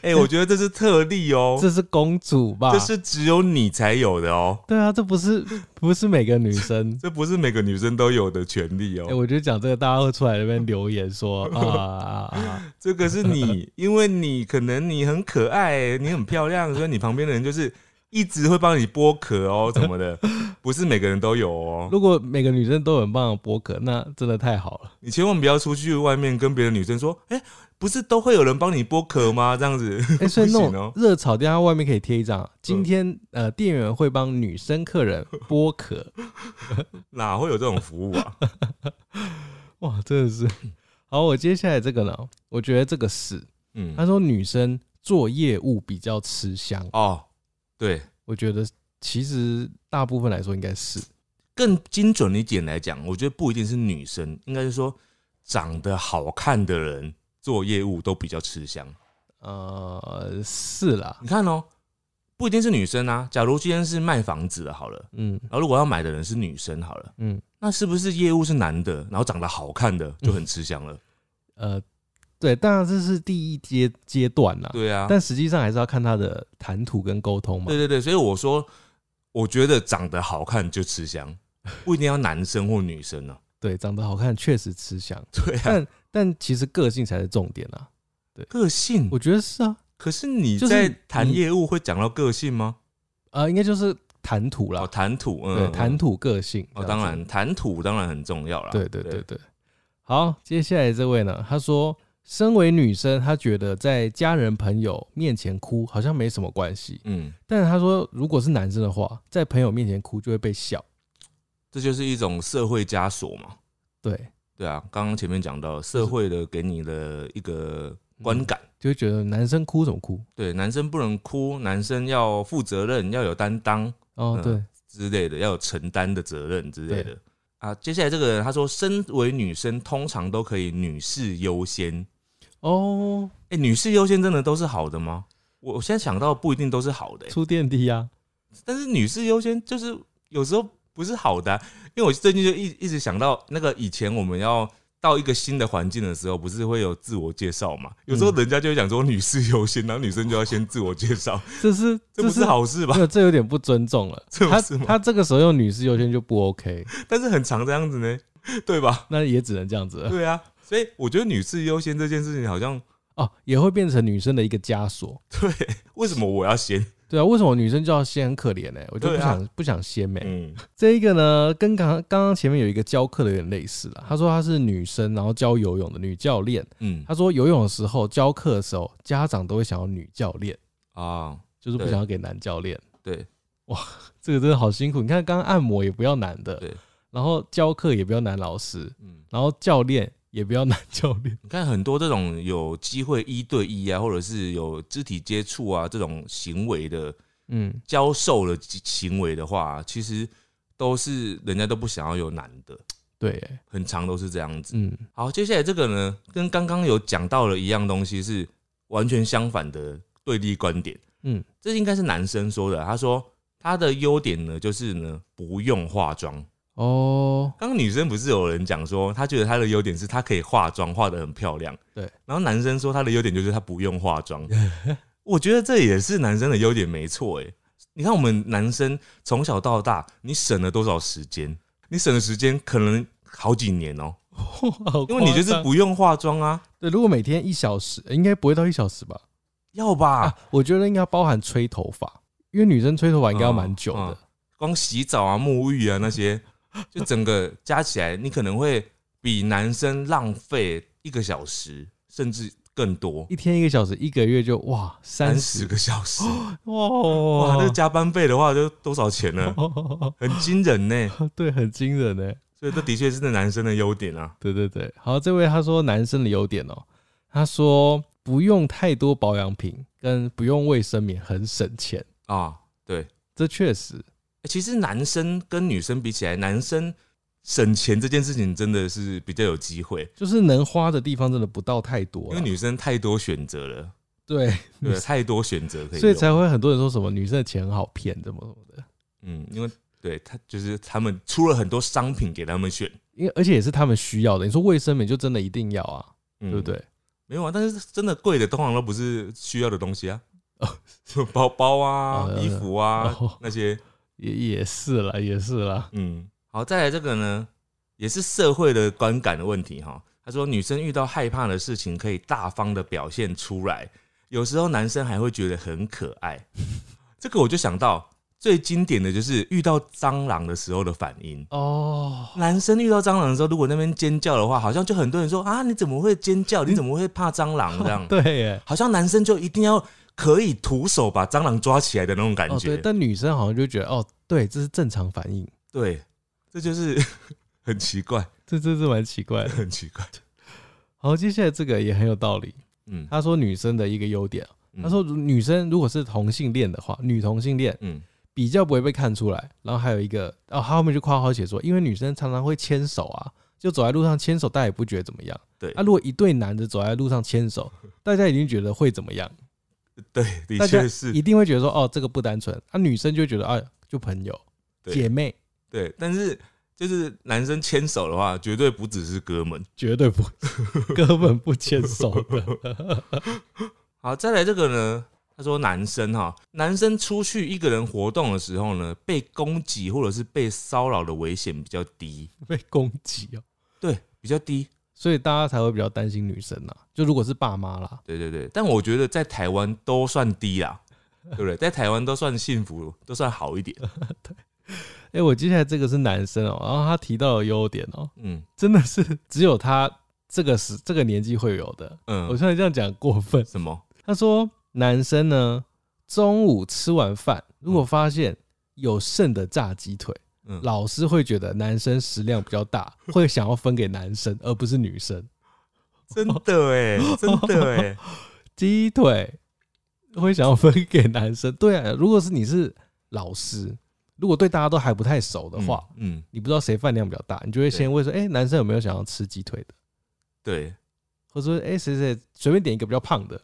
[SPEAKER 1] 哎、我觉得 (laughs) 这是特例哦、
[SPEAKER 2] 这是公主吧？
[SPEAKER 1] 这是只有你才有的哦、。
[SPEAKER 2] 对啊，这不是不是每个女生
[SPEAKER 1] 这不是每个女生都有的权利哦、
[SPEAKER 2] 哎、我觉得讲这个，大家会出来那边留言 (laughs) 说啊啊啊！
[SPEAKER 1] 这个是你， (laughs) 因为你可能你很可爱，你很漂亮，所以你旁边的人就是一直会帮你剥壳哦什么的， (laughs) 不是每个人都有哦、
[SPEAKER 2] 如果每个女生都有人帮忙剥壳，那真的太好了。
[SPEAKER 1] 你千万不要出去外面跟别的女生说，哎、不是都会有人帮你剥壳吗？ (laughs) 这样子，
[SPEAKER 2] 哎、所 (laughs) 以那
[SPEAKER 1] 不行
[SPEAKER 2] 种
[SPEAKER 1] 哦
[SPEAKER 2] 热炒店，它外面可以贴一张，今天呃，店员会帮女生客人剥壳。
[SPEAKER 1] 哪会有这种服务啊？
[SPEAKER 2] (laughs) 哇，真的是。好，我接下来这个呢，我觉得这个是
[SPEAKER 1] 嗯
[SPEAKER 2] 他，说女生做业务比较吃香，
[SPEAKER 1] 哦，对，
[SPEAKER 2] 我觉得其实大部分来说应该是
[SPEAKER 1] 更精准一点来讲，我觉得不一定是女生，应该是说长得好看的人做业务都比较吃香。
[SPEAKER 2] 呃是啦，
[SPEAKER 1] 你看哦，不一定是女生啊。假如今天是卖房子的好了，
[SPEAKER 2] 嗯
[SPEAKER 1] 然后如果要买的人是女生好了，
[SPEAKER 2] 嗯
[SPEAKER 1] 那是不是业务是男的，然后长得好看的就很吃香了？
[SPEAKER 2] 呃对，当然这是第一阶阶段啦，
[SPEAKER 1] 对啊，
[SPEAKER 2] 但实际上还是要看他的谈吐跟沟通嘛
[SPEAKER 1] 对。对对，所以我说，我觉得长得好看就吃
[SPEAKER 2] (laughs)
[SPEAKER 1] 香，不一定要男生或女生啊呢、
[SPEAKER 2] 对，长得好看确实
[SPEAKER 1] (laughs)
[SPEAKER 2] 吃香，
[SPEAKER 1] 对啊，
[SPEAKER 2] 但但其实个性才是重点
[SPEAKER 1] 嗯
[SPEAKER 2] 啊。
[SPEAKER 1] 个性
[SPEAKER 2] 我。觉得是啊，
[SPEAKER 1] 可是你
[SPEAKER 2] 就是
[SPEAKER 1] 在谈
[SPEAKER 2] 你
[SPEAKER 1] 业务会讲到个性吗？
[SPEAKER 2] 呃，应该就是谈吐
[SPEAKER 1] 哦，
[SPEAKER 2] 啦，
[SPEAKER 1] 谈吐，嗯，
[SPEAKER 2] 对，
[SPEAKER 1] 嗯
[SPEAKER 2] 谈吐个性。
[SPEAKER 1] 哦，
[SPEAKER 2] 这样
[SPEAKER 1] 当
[SPEAKER 2] 子
[SPEAKER 1] 然，谈吐当然很重要啦。
[SPEAKER 2] 对对对对。好，接下来这位呢，她说，身为女生，她觉得在家人朋友面前哭好像没什么关系，
[SPEAKER 1] 嗯，
[SPEAKER 2] 但是她说，如果是男生的话，在朋友面前哭就会被笑。
[SPEAKER 1] 这就是一种社会枷锁嘛。
[SPEAKER 2] 对，
[SPEAKER 1] 对啊，刚刚前面讲到社会的给你的一个观感，
[SPEAKER 2] 就会觉得男生哭怎么哭？
[SPEAKER 1] 对，男生不能哭，男生要负责任，要有担当
[SPEAKER 2] 哦，
[SPEAKER 1] 嗯
[SPEAKER 2] 对，
[SPEAKER 1] 之类的，要有承担的责任之类
[SPEAKER 2] 对
[SPEAKER 1] 的。啊，接下来这个人他说，身为女生，通常都可以女士优先。
[SPEAKER 2] 哦，
[SPEAKER 1] 哎、女士优先真的都是好的吗？我我现在想到不一定都是好的、欸
[SPEAKER 2] 出电梯啊，
[SPEAKER 1] 但是女士优先就是有时候不是好的啊、因为我最近就一一直想到那个以前我们要到一个新的环境的时候，不是会有自我介绍嘛？有时候人家就会讲说女士优先，然后女生就要先自我介绍，
[SPEAKER 2] 这是
[SPEAKER 1] 这不是
[SPEAKER 2] 是。
[SPEAKER 1] 好事吧
[SPEAKER 2] (laughs) 没？有，这有点不尊重了。
[SPEAKER 1] 这不
[SPEAKER 2] 他
[SPEAKER 1] 是吗
[SPEAKER 2] 他这个时候用女士优先就不 OK，
[SPEAKER 1] 但是很常这样子呢，对吧？
[SPEAKER 2] 那也只能这样子了
[SPEAKER 1] 对啊，所以我觉得女士优先这件事情好像
[SPEAKER 2] 哦，也会变成女生的一个枷锁。
[SPEAKER 1] 对，为什么我要先？
[SPEAKER 2] 对啊，为什么女生就要先很可怜呢、我就不
[SPEAKER 1] 对啊
[SPEAKER 2] 想、不想先没、
[SPEAKER 1] 嗯
[SPEAKER 2] 这一个呢，跟刚刚刚前面有一个教课的有点类似了。她说她是女生，然后教游泳的女教练。
[SPEAKER 1] 嗯
[SPEAKER 2] 她说游泳的时候，教课的时候，家长都会想要女教练，
[SPEAKER 1] 啊，
[SPEAKER 2] 就是不
[SPEAKER 1] 对
[SPEAKER 2] 想要给男教练。
[SPEAKER 1] 对，
[SPEAKER 2] 这个真的好辛苦。你看，刚刚按摩也不要男的
[SPEAKER 1] 对，
[SPEAKER 2] 然后教课也不要男老师，
[SPEAKER 1] 嗯，
[SPEAKER 2] 然后教练也不要男教
[SPEAKER 1] (laughs)
[SPEAKER 2] 练。
[SPEAKER 1] 你看很多这种有机会一对一啊，或者是有肢体接触啊这种行为的
[SPEAKER 2] 嗯，
[SPEAKER 1] 教授的行为的话，其实都是人家都不想要有男的，
[SPEAKER 2] 对耶、
[SPEAKER 1] 很长都是这样子。
[SPEAKER 2] 嗯，
[SPEAKER 1] 好，接下来这个呢，跟刚刚有讲到的一样东西是完全相反的对立观点。
[SPEAKER 2] 嗯，
[SPEAKER 1] 这应该是男生说的，他说他的优点呢就是呢不用化妆。
[SPEAKER 2] 哦，
[SPEAKER 1] 刚刚女生不是有人讲说，她觉得她的优点是她可以化妆，化的很漂亮。
[SPEAKER 2] 对，
[SPEAKER 1] 然后男生说他的优点就是他不用化
[SPEAKER 2] (laughs)
[SPEAKER 1] 妆。我觉得这也是男生的优点，没错。哎，你看我们男生从小到大，你省了多少时间？你省的时间可能好几年哦、
[SPEAKER 2] 好
[SPEAKER 1] 因为你就是
[SPEAKER 2] 夸张
[SPEAKER 1] 不用化妆啊，
[SPEAKER 2] 对，如果每天一小时，呃应该不会到一小时吧？
[SPEAKER 1] 要吧
[SPEAKER 2] 啊？，我觉得应该包含吹头发，因为女生吹头发应该要蛮久
[SPEAKER 1] 嗯
[SPEAKER 2] 的
[SPEAKER 1] 嗯。光洗澡啊、沐浴啊那些，就整个加起来，你可能会比男生浪费一个小时，甚至更多，
[SPEAKER 2] 一天一个小时，一个月就哇三
[SPEAKER 1] 三十
[SPEAKER 2] 十
[SPEAKER 1] 个小时，哇，
[SPEAKER 2] 哇
[SPEAKER 1] 这加班费的话就多少钱呢？很惊人呢、
[SPEAKER 2] (laughs) 对，很惊人欸呢。
[SPEAKER 1] 所以这的确是那男生的优点啊。
[SPEAKER 2] 对对对，好，这位他说男生的优点哦、他说不用太多保养品，跟不用卫生棉，很省钱。
[SPEAKER 1] 啊，对，
[SPEAKER 2] 这确实，
[SPEAKER 1] 欸其实男生跟女生比起来，男生省钱这件事情真的是比较有机会，
[SPEAKER 2] 就是能花的地方真的不到太多
[SPEAKER 1] 因
[SPEAKER 2] 啦，
[SPEAKER 1] 为女生太多选择了，
[SPEAKER 2] 对，
[SPEAKER 1] 对，太多选择可以用，
[SPEAKER 2] 所以才会很多人说什么女生的钱很好骗，怎么怎么的。
[SPEAKER 1] 嗯，因为对他就是他们出了很多商品给他们选，
[SPEAKER 2] 因为而且也是他们需要的，你说卫生棉就真的一定要啊，
[SPEAKER 1] 嗯
[SPEAKER 2] 对不？对？
[SPEAKER 1] 没有啊，但是真的贵的通常都不是需要的东西啊，包包啊、
[SPEAKER 2] 哦
[SPEAKER 1] 衣服啊、
[SPEAKER 2] 哦
[SPEAKER 1] 那些，
[SPEAKER 2] 也也是啦，也是啦，
[SPEAKER 1] 嗯，好，再来这个呢，也是社会的观感的问题哈。他说，女生遇到害怕的事情可以大方的表现出来，有时候男生还会觉得很可爱。 (laughs) 这个我就想到最经典的就是遇到蟑螂的时候的反应。
[SPEAKER 2] 哦，
[SPEAKER 1] 男生遇到蟑螂的时候，如果那边尖叫的话，好像就很多人说啊，你怎么会尖叫？你怎么会怕蟑螂？这样，
[SPEAKER 2] (laughs) 对耶，
[SPEAKER 1] 好像男生就一定要可以徒手把蟑螂抓起来的那种感
[SPEAKER 2] 哦
[SPEAKER 1] 觉。
[SPEAKER 2] 对，但女生好像就觉得哦，对，这是正常反
[SPEAKER 1] (laughs)
[SPEAKER 2] 应，
[SPEAKER 1] 对，这就是很奇怪，
[SPEAKER 2] 这真是蛮奇怪的。
[SPEAKER 1] 很奇怪。
[SPEAKER 2] 好，接下来这个也很有道理。
[SPEAKER 1] 嗯，
[SPEAKER 2] 他说女生的一个优点，啊
[SPEAKER 1] 嗯
[SPEAKER 2] 他说如女生如果是同性恋的话，女同性恋
[SPEAKER 1] 嗯，
[SPEAKER 2] 比较不会被看出来。然后还有一个，哦，他后面就括号写说，因为女生常常会牵手啊，就走在路上牵手，大家也不觉得怎么样。
[SPEAKER 1] 对
[SPEAKER 2] 啊，如果一对男的走在路上牵
[SPEAKER 1] (laughs)
[SPEAKER 2] 手，大家已经觉得会怎么样？
[SPEAKER 1] 对，的
[SPEAKER 2] 大家
[SPEAKER 1] 确是
[SPEAKER 2] 一定会觉得说，哦，这个不单纯。啊，女生就会觉得，啊，就朋友、
[SPEAKER 1] 对
[SPEAKER 2] 姐妹，
[SPEAKER 1] 对，但是就是男生牵手的话，绝对不只是哥们。
[SPEAKER 2] 绝对不， (laughs) 根本不牵手
[SPEAKER 1] (laughs)
[SPEAKER 2] 的。
[SPEAKER 1] 好，再来这个呢，他说男生哈，男生出去一个人活动的时候呢，被攻击或者是被骚扰的危险比较低，
[SPEAKER 2] 被攻击哦，
[SPEAKER 1] 对，比较低。
[SPEAKER 2] 所以大家才会比较担心女生呐、就如果是爸妈啦，
[SPEAKER 1] 对对对，但我觉得在台湾都算低啦，对不对？在台湾都算幸福，都算好一点。
[SPEAKER 2] 哎、我接下来这个是男生哦、然后他提到的优点哦、
[SPEAKER 1] 嗯
[SPEAKER 2] 真的是只有他这个时这个年纪会有的。我
[SPEAKER 1] 嗯，
[SPEAKER 2] 虽然这样讲过分，
[SPEAKER 1] 什么？
[SPEAKER 2] 他说男生呢，中午吃完饭如果发现有剩的炸鸡腿，
[SPEAKER 1] 嗯，
[SPEAKER 2] 老师会觉得男生食量比较大，会想要分给男生而不是女生。
[SPEAKER 1] 真的
[SPEAKER 2] (laughs)
[SPEAKER 1] 哎，真的哎，
[SPEAKER 2] 鸡腿会想要分给男生，对啊，如果是你是老师，如果对大家都还不太熟的话，
[SPEAKER 1] 嗯，嗯，
[SPEAKER 2] 你不知道谁饭量比较大，你就会先问说，哎、男生有没有想要吃鸡腿的？
[SPEAKER 1] 对。
[SPEAKER 2] 或者说，哎、谁谁随便点一个比较胖的，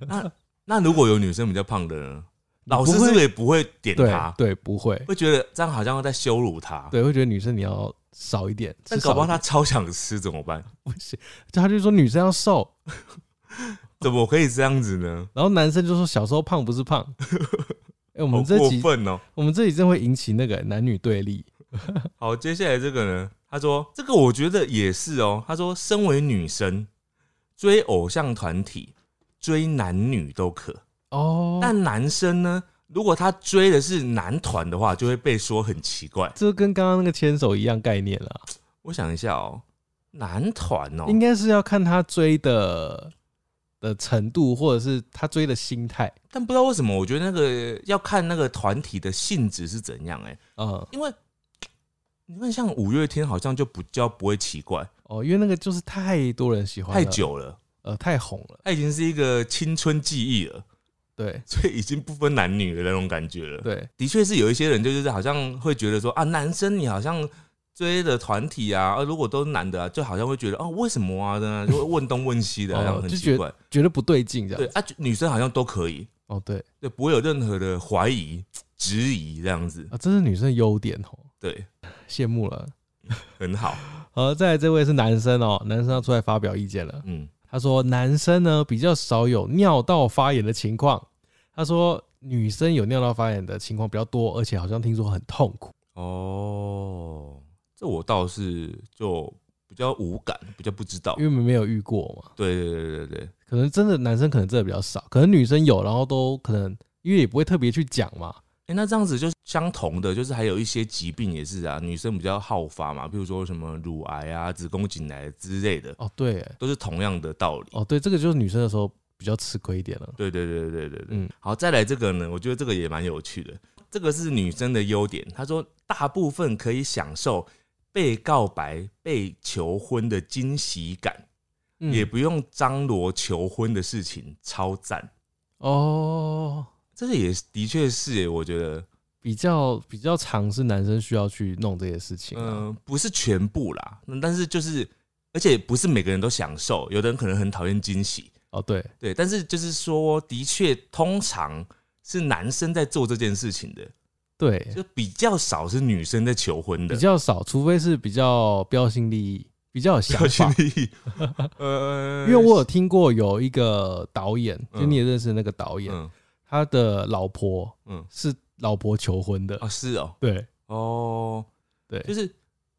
[SPEAKER 1] 那那如果有女生比较胖的呢？
[SPEAKER 2] 你不
[SPEAKER 1] 老
[SPEAKER 2] 会
[SPEAKER 1] 师是不是也不会点
[SPEAKER 2] 对
[SPEAKER 1] 她？
[SPEAKER 2] 对，不会，
[SPEAKER 1] 会觉得这样好像在羞辱她。，
[SPEAKER 2] 对，会觉得女生你要少一点，
[SPEAKER 1] 但
[SPEAKER 2] 吃
[SPEAKER 1] 搞不好
[SPEAKER 2] 少一
[SPEAKER 1] 她超想吃怎么办？
[SPEAKER 2] 点不行，就他就说女生要瘦，
[SPEAKER 1] 怎么可以这样子呢？
[SPEAKER 2] 然后男生就说小时候胖不
[SPEAKER 1] (laughs)
[SPEAKER 2] 是胖。哎、我
[SPEAKER 1] 好
[SPEAKER 2] 们这
[SPEAKER 1] 过
[SPEAKER 2] 集
[SPEAKER 1] 分哦！
[SPEAKER 2] 我们这集真会引起那个男女对立，
[SPEAKER 1] 好，接下来这个呢？他说这个我觉得也是哦。他说，身为女生追偶像团体、追男女都可，
[SPEAKER 2] 哦，
[SPEAKER 1] 但男生呢，如果他追的是男团的话，就会被说很奇怪。
[SPEAKER 2] 这跟刚刚那个牵手一样概念了。
[SPEAKER 1] 我想一下哦，男团哦，
[SPEAKER 2] 应该是要看他追的的程度，或者是他追的心态。
[SPEAKER 1] 但不知道为什么，我觉得那个要看那个团体的性质是怎样哎、
[SPEAKER 2] 嗯，
[SPEAKER 1] 因为你看像五月天好像就不叫不会奇怪，
[SPEAKER 2] 哦，因为那个就是太多人喜欢了，
[SPEAKER 1] 太久了，
[SPEAKER 2] 呃，太红了。
[SPEAKER 1] 它已经是一个青春记忆了，
[SPEAKER 2] 对
[SPEAKER 1] 所以已经不分男女的那种感觉了。
[SPEAKER 2] 对，
[SPEAKER 1] 的确是有一些人就是好像会觉得说啊，男生你好像追的团体啊，啊如果都是男的啊，就好像会觉得哦，为什么啊？真
[SPEAKER 2] (laughs)
[SPEAKER 1] 的就会问东问西的，
[SPEAKER 2] 哦
[SPEAKER 1] 好像很
[SPEAKER 2] 就
[SPEAKER 1] 奇怪。
[SPEAKER 2] 觉得不对劲这
[SPEAKER 1] 对
[SPEAKER 2] 样。
[SPEAKER 1] 啊，女生好像都可以，
[SPEAKER 2] 哦，对
[SPEAKER 1] 对，不会有任何的怀疑、质疑这样子，
[SPEAKER 2] 啊，这是女生的优点哦，
[SPEAKER 1] 对，
[SPEAKER 2] 羡慕了。
[SPEAKER 1] 很好，
[SPEAKER 2] 好，再来这位是男生哦，男生要出来发表意见了。
[SPEAKER 1] 嗯。
[SPEAKER 2] 他说男生呢比较少有尿道发炎的情况，他说女生有尿道发炎的情况比较多，而且好像听说很痛苦。
[SPEAKER 1] 哦，这我倒是就比较无感，比较不知道
[SPEAKER 2] 因。为没有遇过嘛，
[SPEAKER 1] 对对对对对，
[SPEAKER 2] 可能真的男生可能真的比较少，可能女生有，然后都可能因为也不会特别去讲嘛，
[SPEAKER 1] 哎、那这样子就是相同的，就是还有一些疾病也是啊，女生比较好发嘛，譬如说什么乳癌啊、子宫颈癌之类的，
[SPEAKER 2] 哦，对耶，
[SPEAKER 1] 都是同样的道理。
[SPEAKER 2] 哦，对，这个就是女生的时候比较吃亏一点了。
[SPEAKER 1] 对对对对对对。
[SPEAKER 2] 嗯，
[SPEAKER 1] 好，再来这个呢，我觉得这个也蛮有趣的。这个是女生的优点，她说大部分可以享受被告白、被求婚的惊喜感，
[SPEAKER 2] 嗯
[SPEAKER 1] 也不用张罗求婚的事情，超赞。
[SPEAKER 2] 哦，
[SPEAKER 1] 这个也是的确是耶，我觉得，
[SPEAKER 2] 比较比较常是男生需要去弄这些事情、啊。
[SPEAKER 1] 嗯、不是全部啦，那但是就是，而且不是每个人都享受，有的人可能很讨厌惊喜，
[SPEAKER 2] 哦，对，
[SPEAKER 1] 对，但是就是说，的确通常是男生在做这件事情的，
[SPEAKER 2] 对，
[SPEAKER 1] 就比较少是女生在求婚的
[SPEAKER 2] 比，较少，除非是比较标新立异，比较有想
[SPEAKER 1] 小 (laughs)
[SPEAKER 2] 法。
[SPEAKER 1] 心翼
[SPEAKER 2] (laughs)
[SPEAKER 1] 翼。呃
[SPEAKER 2] 因为我有听过有一个导演，就
[SPEAKER 1] 嗯
[SPEAKER 2] 你也认识的那个导演，
[SPEAKER 1] 嗯
[SPEAKER 2] 他的老婆
[SPEAKER 1] 嗯
[SPEAKER 2] 是老婆求婚的
[SPEAKER 1] 啊，，是哦
[SPEAKER 2] 对
[SPEAKER 1] 哦，
[SPEAKER 2] 对
[SPEAKER 1] 就是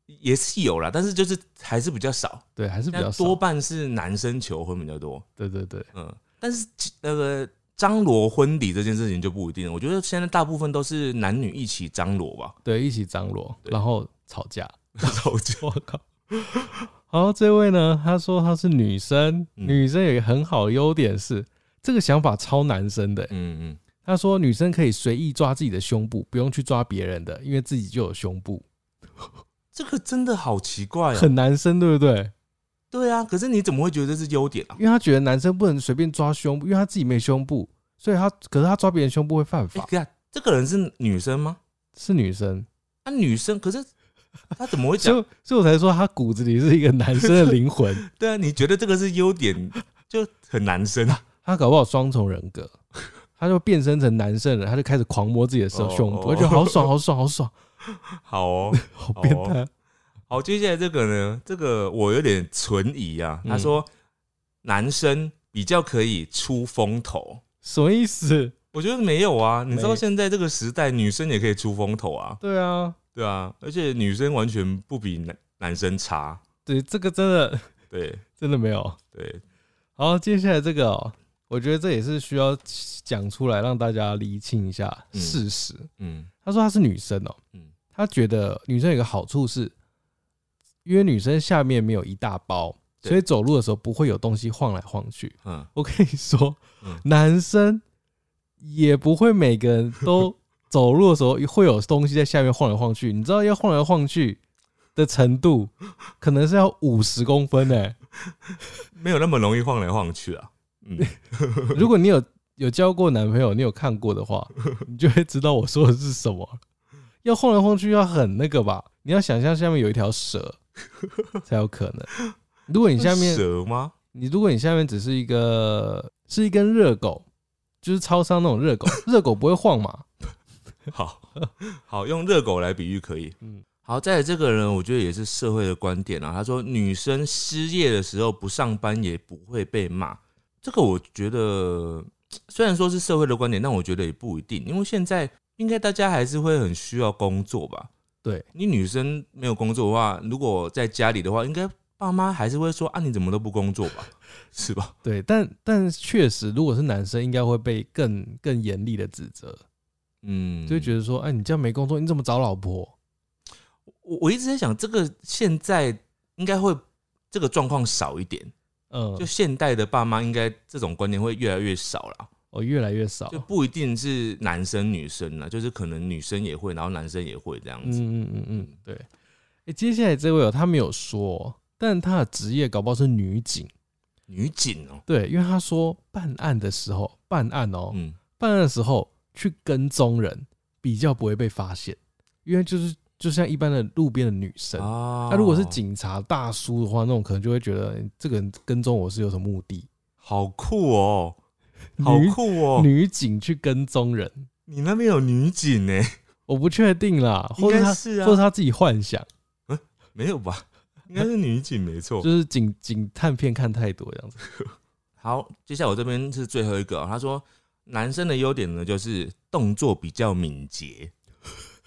[SPEAKER 1] 也是有啦，但是就是还是比较少，
[SPEAKER 2] 对，还是比较
[SPEAKER 1] 但
[SPEAKER 2] 少
[SPEAKER 1] 多，半是男生求婚比较多。
[SPEAKER 2] 对对对，
[SPEAKER 1] 嗯，但是那个张罗婚礼这件事情就不一定了。我觉得现在大部分都是男女一起张罗吧，
[SPEAKER 2] 对，一起张罗，
[SPEAKER 1] 对
[SPEAKER 2] 然后吵
[SPEAKER 1] (laughs)
[SPEAKER 2] 架。
[SPEAKER 1] 吵架。
[SPEAKER 2] 我靠！好，这位呢，他说她是女生，
[SPEAKER 1] 嗯
[SPEAKER 2] 女生有一个很好的优点是，这个想法超男生的欸、
[SPEAKER 1] 嗯嗯，
[SPEAKER 2] 他说女生可以随意抓自己的胸部，不用去抓别人的，因为自己就有胸部，
[SPEAKER 1] 这个真的好奇怪哦。
[SPEAKER 2] 很男生，对不对？
[SPEAKER 1] 对啊，可是你怎么会觉得这是优点啊
[SPEAKER 2] 因？为他觉得男生不能随便抓胸部，因为他自己没胸部，所以他可是他抓别人胸部会犯
[SPEAKER 1] 哎
[SPEAKER 2] 法，，
[SPEAKER 1] 对啊，这个人是女生吗？
[SPEAKER 2] 是女生，
[SPEAKER 1] 啊，女生，可是她怎么会讲
[SPEAKER 2] 所以所以我才说他骨子里是一个男生的灵魂，
[SPEAKER 1] (laughs) 对啊，你觉得这个是优点，就很男生啊。
[SPEAKER 2] 他搞不好双重人格，他就变身成男生了，他就开始狂摸自己的手
[SPEAKER 1] 哦
[SPEAKER 2] 胸部，
[SPEAKER 1] 哦
[SPEAKER 2] 我觉得好爽，好爽，好爽，
[SPEAKER 1] 好哦，
[SPEAKER 2] 好变态。
[SPEAKER 1] 好，接下来这个呢，这个我有点存疑啊。他说、男生比较可以出风头，
[SPEAKER 2] 什么意思？
[SPEAKER 1] 我觉得没有啊。你知道
[SPEAKER 2] 没
[SPEAKER 1] 现在这个时代，女生也可以出风头啊，
[SPEAKER 2] 对啊，
[SPEAKER 1] 对啊，而且女生完全不比男男生差，
[SPEAKER 2] 对，这个真的
[SPEAKER 1] 对
[SPEAKER 2] 真的没有。
[SPEAKER 1] 对，
[SPEAKER 2] 好，接下来这个、哦，我觉得这也是需要讲出来，让大家厘清一下
[SPEAKER 1] 嗯
[SPEAKER 2] 事实。
[SPEAKER 1] 嗯
[SPEAKER 2] 他说他是女生哦，
[SPEAKER 1] 嗯
[SPEAKER 2] 他觉得女生有个好处是，因为女生下面没有一大包，
[SPEAKER 1] 对
[SPEAKER 2] 所以走路的时候不会有东西晃来
[SPEAKER 1] (laughs)
[SPEAKER 2] 晃去。
[SPEAKER 1] 嗯，
[SPEAKER 2] 我跟你说，
[SPEAKER 1] 嗯
[SPEAKER 2] 男生也不会每个人都走路的时候会有东西在下面晃来晃去。你知道要晃来晃去的程度，可能是要五十公分哎、
[SPEAKER 1] 没有那么容易晃来晃去啊。嗯， (laughs)
[SPEAKER 2] 如果你有有交过男朋友，你有看过的话，你就会知道我说的是什么。要晃来晃去，要很那个吧？你要想象下面有一条
[SPEAKER 1] (laughs)
[SPEAKER 2] 蛇才有可能。如果你下面
[SPEAKER 1] 蛇吗？
[SPEAKER 2] 你如果你下面只是一个是一根热狗，就是超商那种热
[SPEAKER 1] (laughs)
[SPEAKER 2] 狗，热狗不会晃嘛？
[SPEAKER 1] 好 (laughs) 好，用热狗来比喻可以。
[SPEAKER 2] 嗯
[SPEAKER 1] 嗯，好，再来这个人，我觉得也是社会的观点啊。他说，女生失业的时候不上班也不会被骂，这个我觉得虽然说是社会的观点，但我觉得也不一定，因为现在应该大家还是会很需要工作吧。
[SPEAKER 2] 对
[SPEAKER 1] 你女生没有工作的话，如果在家里的话，应该爸妈还是会说啊，你怎么都不工作吧， (laughs) 是吧？
[SPEAKER 2] 对，但但确实，如果是男生，应该会被更更严厉的指责，
[SPEAKER 1] 嗯，
[SPEAKER 2] 就会觉得说，哎，你这样没工作，你怎么找老婆？
[SPEAKER 1] 我我一直在想，这个现在应该会这个状况少一点，
[SPEAKER 2] 嗯
[SPEAKER 1] 就，现代的爸妈应该这种观念会越来越少啦，
[SPEAKER 2] 哦，越来越少。
[SPEAKER 1] 就
[SPEAKER 2] 嗯
[SPEAKER 1] 不一定是男生女生啦，就是可能女生也会，然后男生也会这样子。
[SPEAKER 2] 嗯嗯嗯，对。哎，接下来这位哦，他没有说，但他的职业搞不好是女警。
[SPEAKER 1] 女警哦、
[SPEAKER 2] 对，因为他说办案的时候，办案哦，
[SPEAKER 1] 嗯，
[SPEAKER 2] 办案的时候去跟踪人，比较不会被发现，因为就是就像一般的路边的女生，那、
[SPEAKER 1] 啊
[SPEAKER 2] 如果是，警察大叔的话，那种可能就会觉得欸这个人跟踪我是有什么目的。
[SPEAKER 1] 好酷哦、好
[SPEAKER 2] 女
[SPEAKER 1] 酷哦、
[SPEAKER 2] 女警去跟踪人，
[SPEAKER 1] 你那边有女警欸呢、
[SPEAKER 2] 我不确定啦，
[SPEAKER 1] 应
[SPEAKER 2] 或者
[SPEAKER 1] 该
[SPEAKER 2] 他、
[SPEAKER 1] 是啊
[SPEAKER 2] 或者他自己幻想，
[SPEAKER 1] 没有吧？应该是女警没错
[SPEAKER 2] 就。是警警探片看太多这样子。
[SPEAKER 1] 好，接下来我这边是最后一个哦、他说，男生的优点呢就是动作比较敏捷，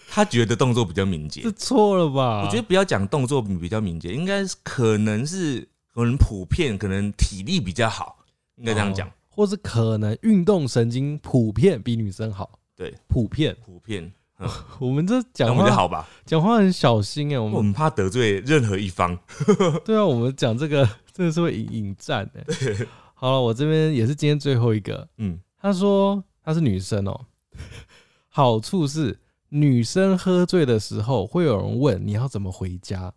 [SPEAKER 1] 他觉得动作比较敏捷
[SPEAKER 2] 这。错了吧？
[SPEAKER 1] 我觉得不要讲动作比较敏捷，应该是可能是可能普遍可能体力
[SPEAKER 2] 哦
[SPEAKER 1] 比较好，应该这样讲。
[SPEAKER 2] 哦或是可能运动神经普遍比女生好。
[SPEAKER 1] 对，
[SPEAKER 2] 普遍。
[SPEAKER 1] 普遍。
[SPEAKER 2] 我们这
[SPEAKER 1] 那
[SPEAKER 2] 讲
[SPEAKER 1] 我们就
[SPEAKER 2] 话
[SPEAKER 1] 好吧，
[SPEAKER 2] 讲话很小心哎、我
[SPEAKER 1] 我
[SPEAKER 2] 们
[SPEAKER 1] 们怕得罪任何一方。
[SPEAKER 2] 对啊，我们讲这个 (laughs) 真的是会引引战哎、
[SPEAKER 1] (laughs)
[SPEAKER 2] 好了，我这边也是今天最后一个，
[SPEAKER 1] 嗯，
[SPEAKER 2] 她说她是女生哦、好处是女生喝醉的时候会有人问你要怎么回家，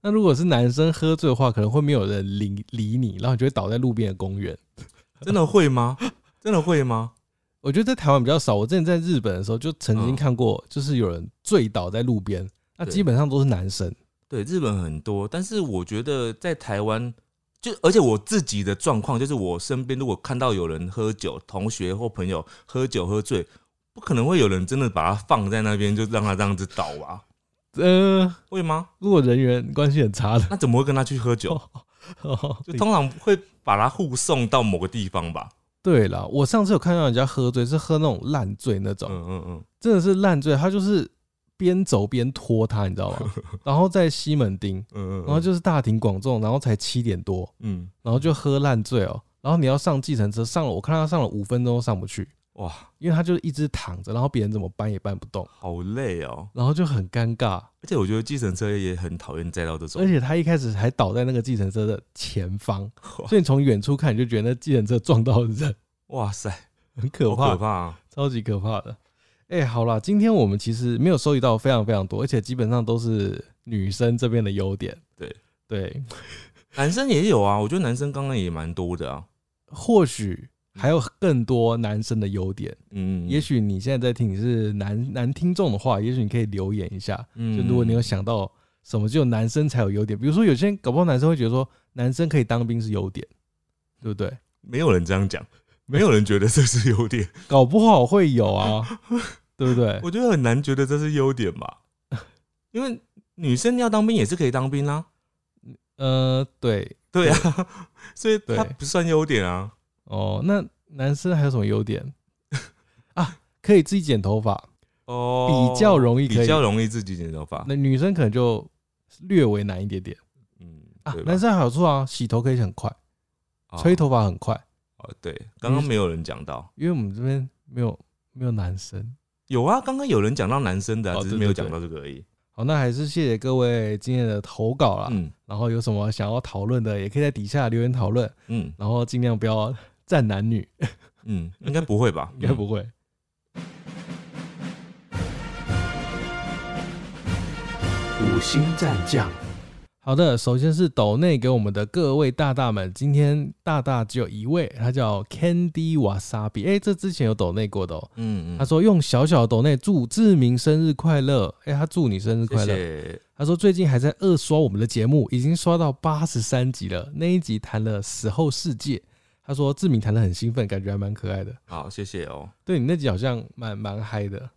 [SPEAKER 2] 那如果是男生喝醉的话，可能会没有人理理你，然后你就会倒在路边的公园。
[SPEAKER 1] 真的会
[SPEAKER 2] (laughs)
[SPEAKER 1] 吗？真的会吗？
[SPEAKER 2] 我觉得在台湾比较少，我之前在日本的时候就曾经
[SPEAKER 1] 嗯
[SPEAKER 2] 看过，就是有人醉倒在路边，那
[SPEAKER 1] 对
[SPEAKER 2] 基本上都是男生。
[SPEAKER 1] 对，日本很多，但是我觉得在台湾，就而且我自己的状况就是，我身边如果看到有人喝酒，同学或朋友喝酒喝醉，不可能会有人真的把他放在那边，就让他这样子倒吧？
[SPEAKER 2] 呃，
[SPEAKER 1] 会吗？
[SPEAKER 2] 如果人缘关系很差的， (laughs)
[SPEAKER 1] 那怎么会跟他去喝酒？就通常会把他护送到某个地方吧？
[SPEAKER 2] 对了，我上次有看到人家喝醉，是喝那种烂醉那种，
[SPEAKER 1] 嗯嗯嗯，
[SPEAKER 2] 真的是烂醉，他就是边走边拖他，你知道 (laughs) 吗？然后在西门町，
[SPEAKER 1] 嗯嗯，
[SPEAKER 2] 然后就是大庭广众，然后才七点多，
[SPEAKER 1] 嗯，
[SPEAKER 2] 然后就喝烂醉哦、然后你要上计程车，上了我看他上了五分钟都上不去，
[SPEAKER 1] 哇，
[SPEAKER 2] 因为他就一直躺着，然后别人怎么搬也搬不动，
[SPEAKER 1] 好累哦！
[SPEAKER 2] 然后就很尴尬。
[SPEAKER 1] 而且我觉得计程车也很讨厌载到这种
[SPEAKER 2] 而，且他一开始还倒在那个计程车的前方，
[SPEAKER 1] 哇
[SPEAKER 2] 所以你从远处看，你就觉得那计程车撞到人，
[SPEAKER 1] 哇塞，
[SPEAKER 2] 很
[SPEAKER 1] 好
[SPEAKER 2] 可怕，
[SPEAKER 1] 可怕啊！
[SPEAKER 2] 超级可怕的。哎、好啦，今天我们其实没有收集到非常非常多，而且基本上都是女生这边的优点。
[SPEAKER 1] 对
[SPEAKER 2] 对，
[SPEAKER 1] 男生也有啊，我觉得男生刚刚也蛮多的啊。
[SPEAKER 2] 或许还有更多男生的优点。
[SPEAKER 1] 嗯，
[SPEAKER 2] 也许你现在在听你是男男听众的话，也许你可以留言一下，
[SPEAKER 1] 嗯
[SPEAKER 2] 就如果你有想到什么只有男生才有优点，比如说有些人搞不好男生会觉得说男生可以当兵是优点，对不对？
[SPEAKER 1] 没有人这样讲，没有人觉得这是优点，
[SPEAKER 2] 搞不好会有啊， (laughs) 对不 (laughs) 对？
[SPEAKER 1] 我觉得很难觉得这是优点吧，因为女生要当兵也是可以当兵啊，
[SPEAKER 2] 呃，对
[SPEAKER 1] 对啊，所以
[SPEAKER 2] 对
[SPEAKER 1] 它不算优点啊。
[SPEAKER 2] 哦，那男生还有什么优点 (laughs) 啊？可以自己剪头发，
[SPEAKER 1] 哦，
[SPEAKER 2] 比较容易可以
[SPEAKER 1] 比较容易自己剪头发。
[SPEAKER 2] 那女生可能就略微难一点点
[SPEAKER 1] 嗯，
[SPEAKER 2] 啊
[SPEAKER 1] 对。吧
[SPEAKER 2] 男生还有好处啊，洗头可以很快，
[SPEAKER 1] 哦
[SPEAKER 2] 吹头发很快，
[SPEAKER 1] 哦，对，刚刚没有人讲到，
[SPEAKER 2] 因为我们这边没有没有男生。
[SPEAKER 1] 有啊，刚刚有人讲到男生的啊，
[SPEAKER 2] 哦
[SPEAKER 1] 只
[SPEAKER 2] 对
[SPEAKER 1] 是没有
[SPEAKER 2] 对对
[SPEAKER 1] 讲到这个而已。
[SPEAKER 2] 好，那还是谢谢各位今天的投稿啦。
[SPEAKER 1] 嗯
[SPEAKER 2] 然后有什么想要讨论的，也可以在底下留言讨论。
[SPEAKER 1] 嗯
[SPEAKER 2] 然后尽量不要 (laughs) 站男女，
[SPEAKER 1] 嗯，应该不会吧？
[SPEAKER 2] (laughs) 应该不会。
[SPEAKER 3] 五星战将，
[SPEAKER 2] 好的，首先是斗内给我们的各位大大们，今天大大只有一位，他叫 Candy Wasabi，哎、这之前有斗内过的哦。
[SPEAKER 1] 嗯。嗯
[SPEAKER 2] 他说用小小的斗内祝志明生日快乐，哎、他祝你生日快
[SPEAKER 1] 谢
[SPEAKER 2] 乐。
[SPEAKER 1] 谢，
[SPEAKER 2] 他说最近还在二刷我们的节目，已经刷到八十三集了，那一集谈了死后世界。他说志明谈的很兴奋，感觉还蛮可爱的。
[SPEAKER 1] 好，谢谢哦。
[SPEAKER 2] 对你那集好像蛮蛮嗨的，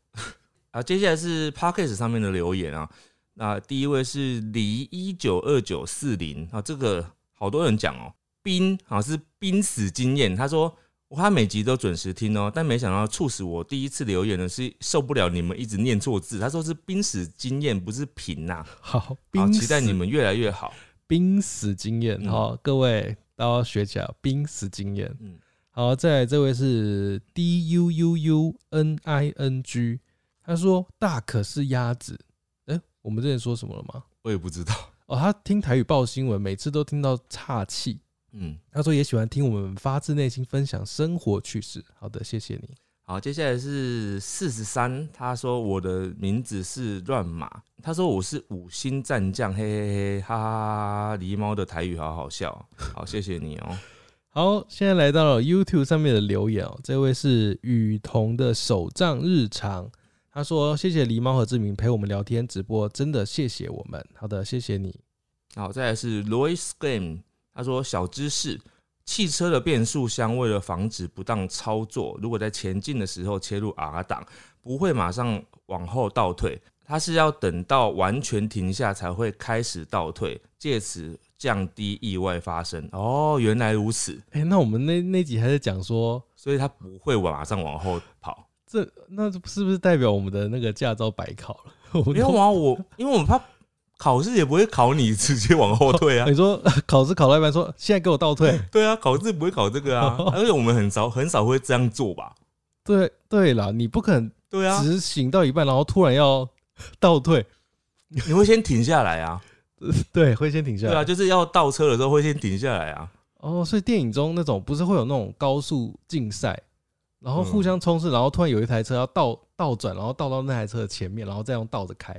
[SPEAKER 1] 啊，接下来是 Podcast 上面的留言啊。那第一位是李一九二九四零啊，这个好多人讲哦，濒啊是濒死经验。他说他每集都准时听哦，但没想到促使我第一次留言的是受不了你们一直念错字。他说是濒死经验，不是贫呐、
[SPEAKER 2] 好，
[SPEAKER 1] 好，
[SPEAKER 2] 濒
[SPEAKER 1] 期待
[SPEAKER 2] 死
[SPEAKER 1] 你们越来越好。
[SPEAKER 2] 濒死经验。
[SPEAKER 1] 嗯
[SPEAKER 2] 好，各位都要学起来濒死经验。
[SPEAKER 1] 嗯
[SPEAKER 2] 好，再来这位是 D U U U N I N G，他说大可是鸭子。哎、我们之前说什么了吗？
[SPEAKER 1] 我也不知道，
[SPEAKER 2] 哦，他听台语报新闻，每次都听到岔气。
[SPEAKER 1] 嗯，
[SPEAKER 2] 他说也喜欢听我们发自内心分享生活趣事。好的，谢谢你。
[SPEAKER 1] 好，接下来是四十三，他说我的名字是乱马，他说我是五星战将，嘿嘿嘿，哈哈哈哈！狸猫的台语好好笑哦，好谢谢你哦，
[SPEAKER 2] 好，现在来到了 YouTube 上面的留言哦，这位是雨桐的手账日常，他说谢谢狸猫和志明陪我们聊天直播，真的谢谢我们。好的，谢谢你。
[SPEAKER 1] 好，再来是 Lois Game，他说小知识，汽车的变速箱为了防止不当操作，如果在前进的时候切入 R 档，不会马上往后倒退，它是要等到完全停下才会开始倒退，借此降低意外发生。哦，原来如此，
[SPEAKER 2] 哎、那我们那那集还在讲说，
[SPEAKER 1] 所以它不会马上往后跑。
[SPEAKER 2] 这那是不是代表我们的那个驾照白考了？我们
[SPEAKER 1] 没有
[SPEAKER 2] 都
[SPEAKER 1] 啊，我因为我们怕考试也不会考你 (laughs) 直接往后退啊
[SPEAKER 2] 你，说考试考到一半说现在给我
[SPEAKER 1] (laughs)
[SPEAKER 2] 倒退，
[SPEAKER 1] 对啊，考试不会考这个啊，而且我们很少很少会这样做吧？
[SPEAKER 2] 对对啦，你不可能
[SPEAKER 1] 对啊，
[SPEAKER 2] 执行到一半，然后突然要倒退， (laughs)
[SPEAKER 1] 你会先停下来啊，
[SPEAKER 2] 对，会先停
[SPEAKER 1] (laughs)
[SPEAKER 2] 下
[SPEAKER 1] 对
[SPEAKER 2] 来。
[SPEAKER 1] 啊，就是要倒车的时候会先停下来啊，
[SPEAKER 2] 哦，所以电影中那种不是会有那种高速竞赛，然后互
[SPEAKER 1] 嗯
[SPEAKER 2] 相冲刺，然后突然有一台车要倒倒转，然后倒到那台车的前面，然后再用倒着开，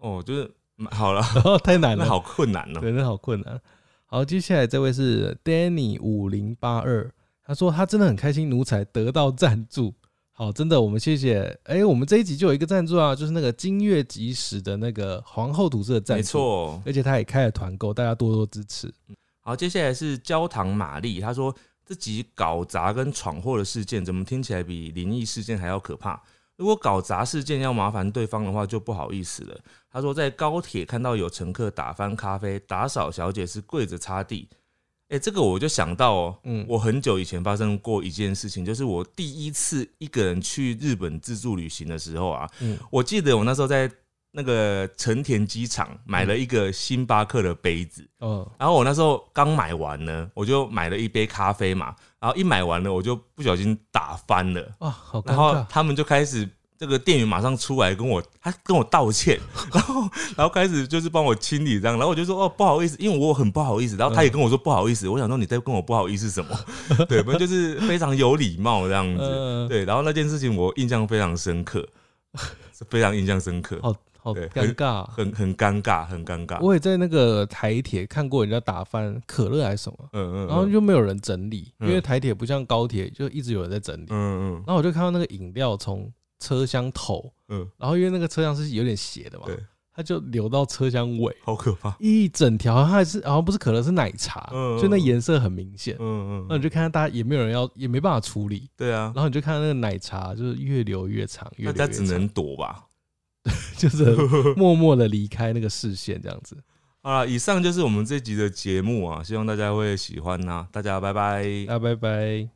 [SPEAKER 1] 哦，就是嗯好 (laughs) 了，
[SPEAKER 2] 然后太难
[SPEAKER 1] 那
[SPEAKER 2] 了，
[SPEAKER 1] 好困难哦、
[SPEAKER 2] 对，那好困难。好，接下来这位是 Danny 五零八二，他说他真的很开心，奴才得到赞助。好，真的，我们谢谢。哎、我们这一集就有一个赞助啊，就是那个金月集史的那个皇后图社的赞助，
[SPEAKER 1] 没，错。
[SPEAKER 2] 而且他也开了团购，大家多多支持。
[SPEAKER 1] 好，接下来是焦糖玛丽，她说这集搞砸跟闯祸的事件，怎么听起来比灵异事件还要可怕？如果搞砸事件要麻烦对方的话，就不好意思了。她说在高铁看到有乘客打翻咖啡，打扫小姐是跪着擦地。哎、这个我就想到哦，
[SPEAKER 2] 嗯，
[SPEAKER 1] 我很久以前发生过一件事情，就是我第一次一个人去日本自助旅行的时候啊，
[SPEAKER 2] 嗯
[SPEAKER 1] 我记得我那时候在那个成田机场买了一个星巴克的杯子，
[SPEAKER 2] 哦，
[SPEAKER 1] 嗯然后我那时候刚买完呢，我就买了一杯咖啡嘛，然后一买完了我就不小心打翻了，
[SPEAKER 2] 哇，好尴
[SPEAKER 1] 然后
[SPEAKER 2] 尬。
[SPEAKER 1] 他们就开始。这个店员马上出来跟我，他跟我道歉，然后然后开始就是帮我清理这样，然后我就说哦不好意思，因为我很不好意思，然后他也跟我说不好意思，我想说你在跟我不好意思什么？对，反正就是非常有礼貌这样子。
[SPEAKER 2] 嗯，
[SPEAKER 1] 对，然后那件事情我印象非常深刻，是非常印象深刻，
[SPEAKER 2] 好好
[SPEAKER 1] 对
[SPEAKER 2] 尴尬啊。
[SPEAKER 1] 很很尴尬，很尴尬。
[SPEAKER 2] 我也在那个台铁看过人家打翻可乐还是什么，
[SPEAKER 1] 嗯嗯，
[SPEAKER 2] 然后就没有人整理，因
[SPEAKER 1] 嗯
[SPEAKER 2] 为台铁不像高铁，就一直有人在整理。
[SPEAKER 1] 嗯嗯
[SPEAKER 2] 然后我就看到那个饮料从车厢头，
[SPEAKER 1] 嗯，
[SPEAKER 2] 然后因为那个车厢是有点斜的嘛
[SPEAKER 1] 对，
[SPEAKER 2] 它就流到车厢尾，
[SPEAKER 1] 好可怕。
[SPEAKER 2] 一整条，它还是好像不是可乐是奶茶，
[SPEAKER 1] 嗯
[SPEAKER 2] 所以那颜色很明显。
[SPEAKER 1] 嗯嗯
[SPEAKER 2] 那你就看到大家也没有人要，也没办法处理，
[SPEAKER 1] 对啊
[SPEAKER 2] 然，后你就看到那个奶茶就是越流越长，越
[SPEAKER 1] 大家
[SPEAKER 2] 流越
[SPEAKER 1] 只
[SPEAKER 2] 长，
[SPEAKER 1] 能躲吧。
[SPEAKER 2] 就是默默的离开那个视线这样子。
[SPEAKER 1] 好了，以啊上就是我们这集的节目啊，希望大家会喜欢呐、大家拜拜。
[SPEAKER 2] 啊，拜拜。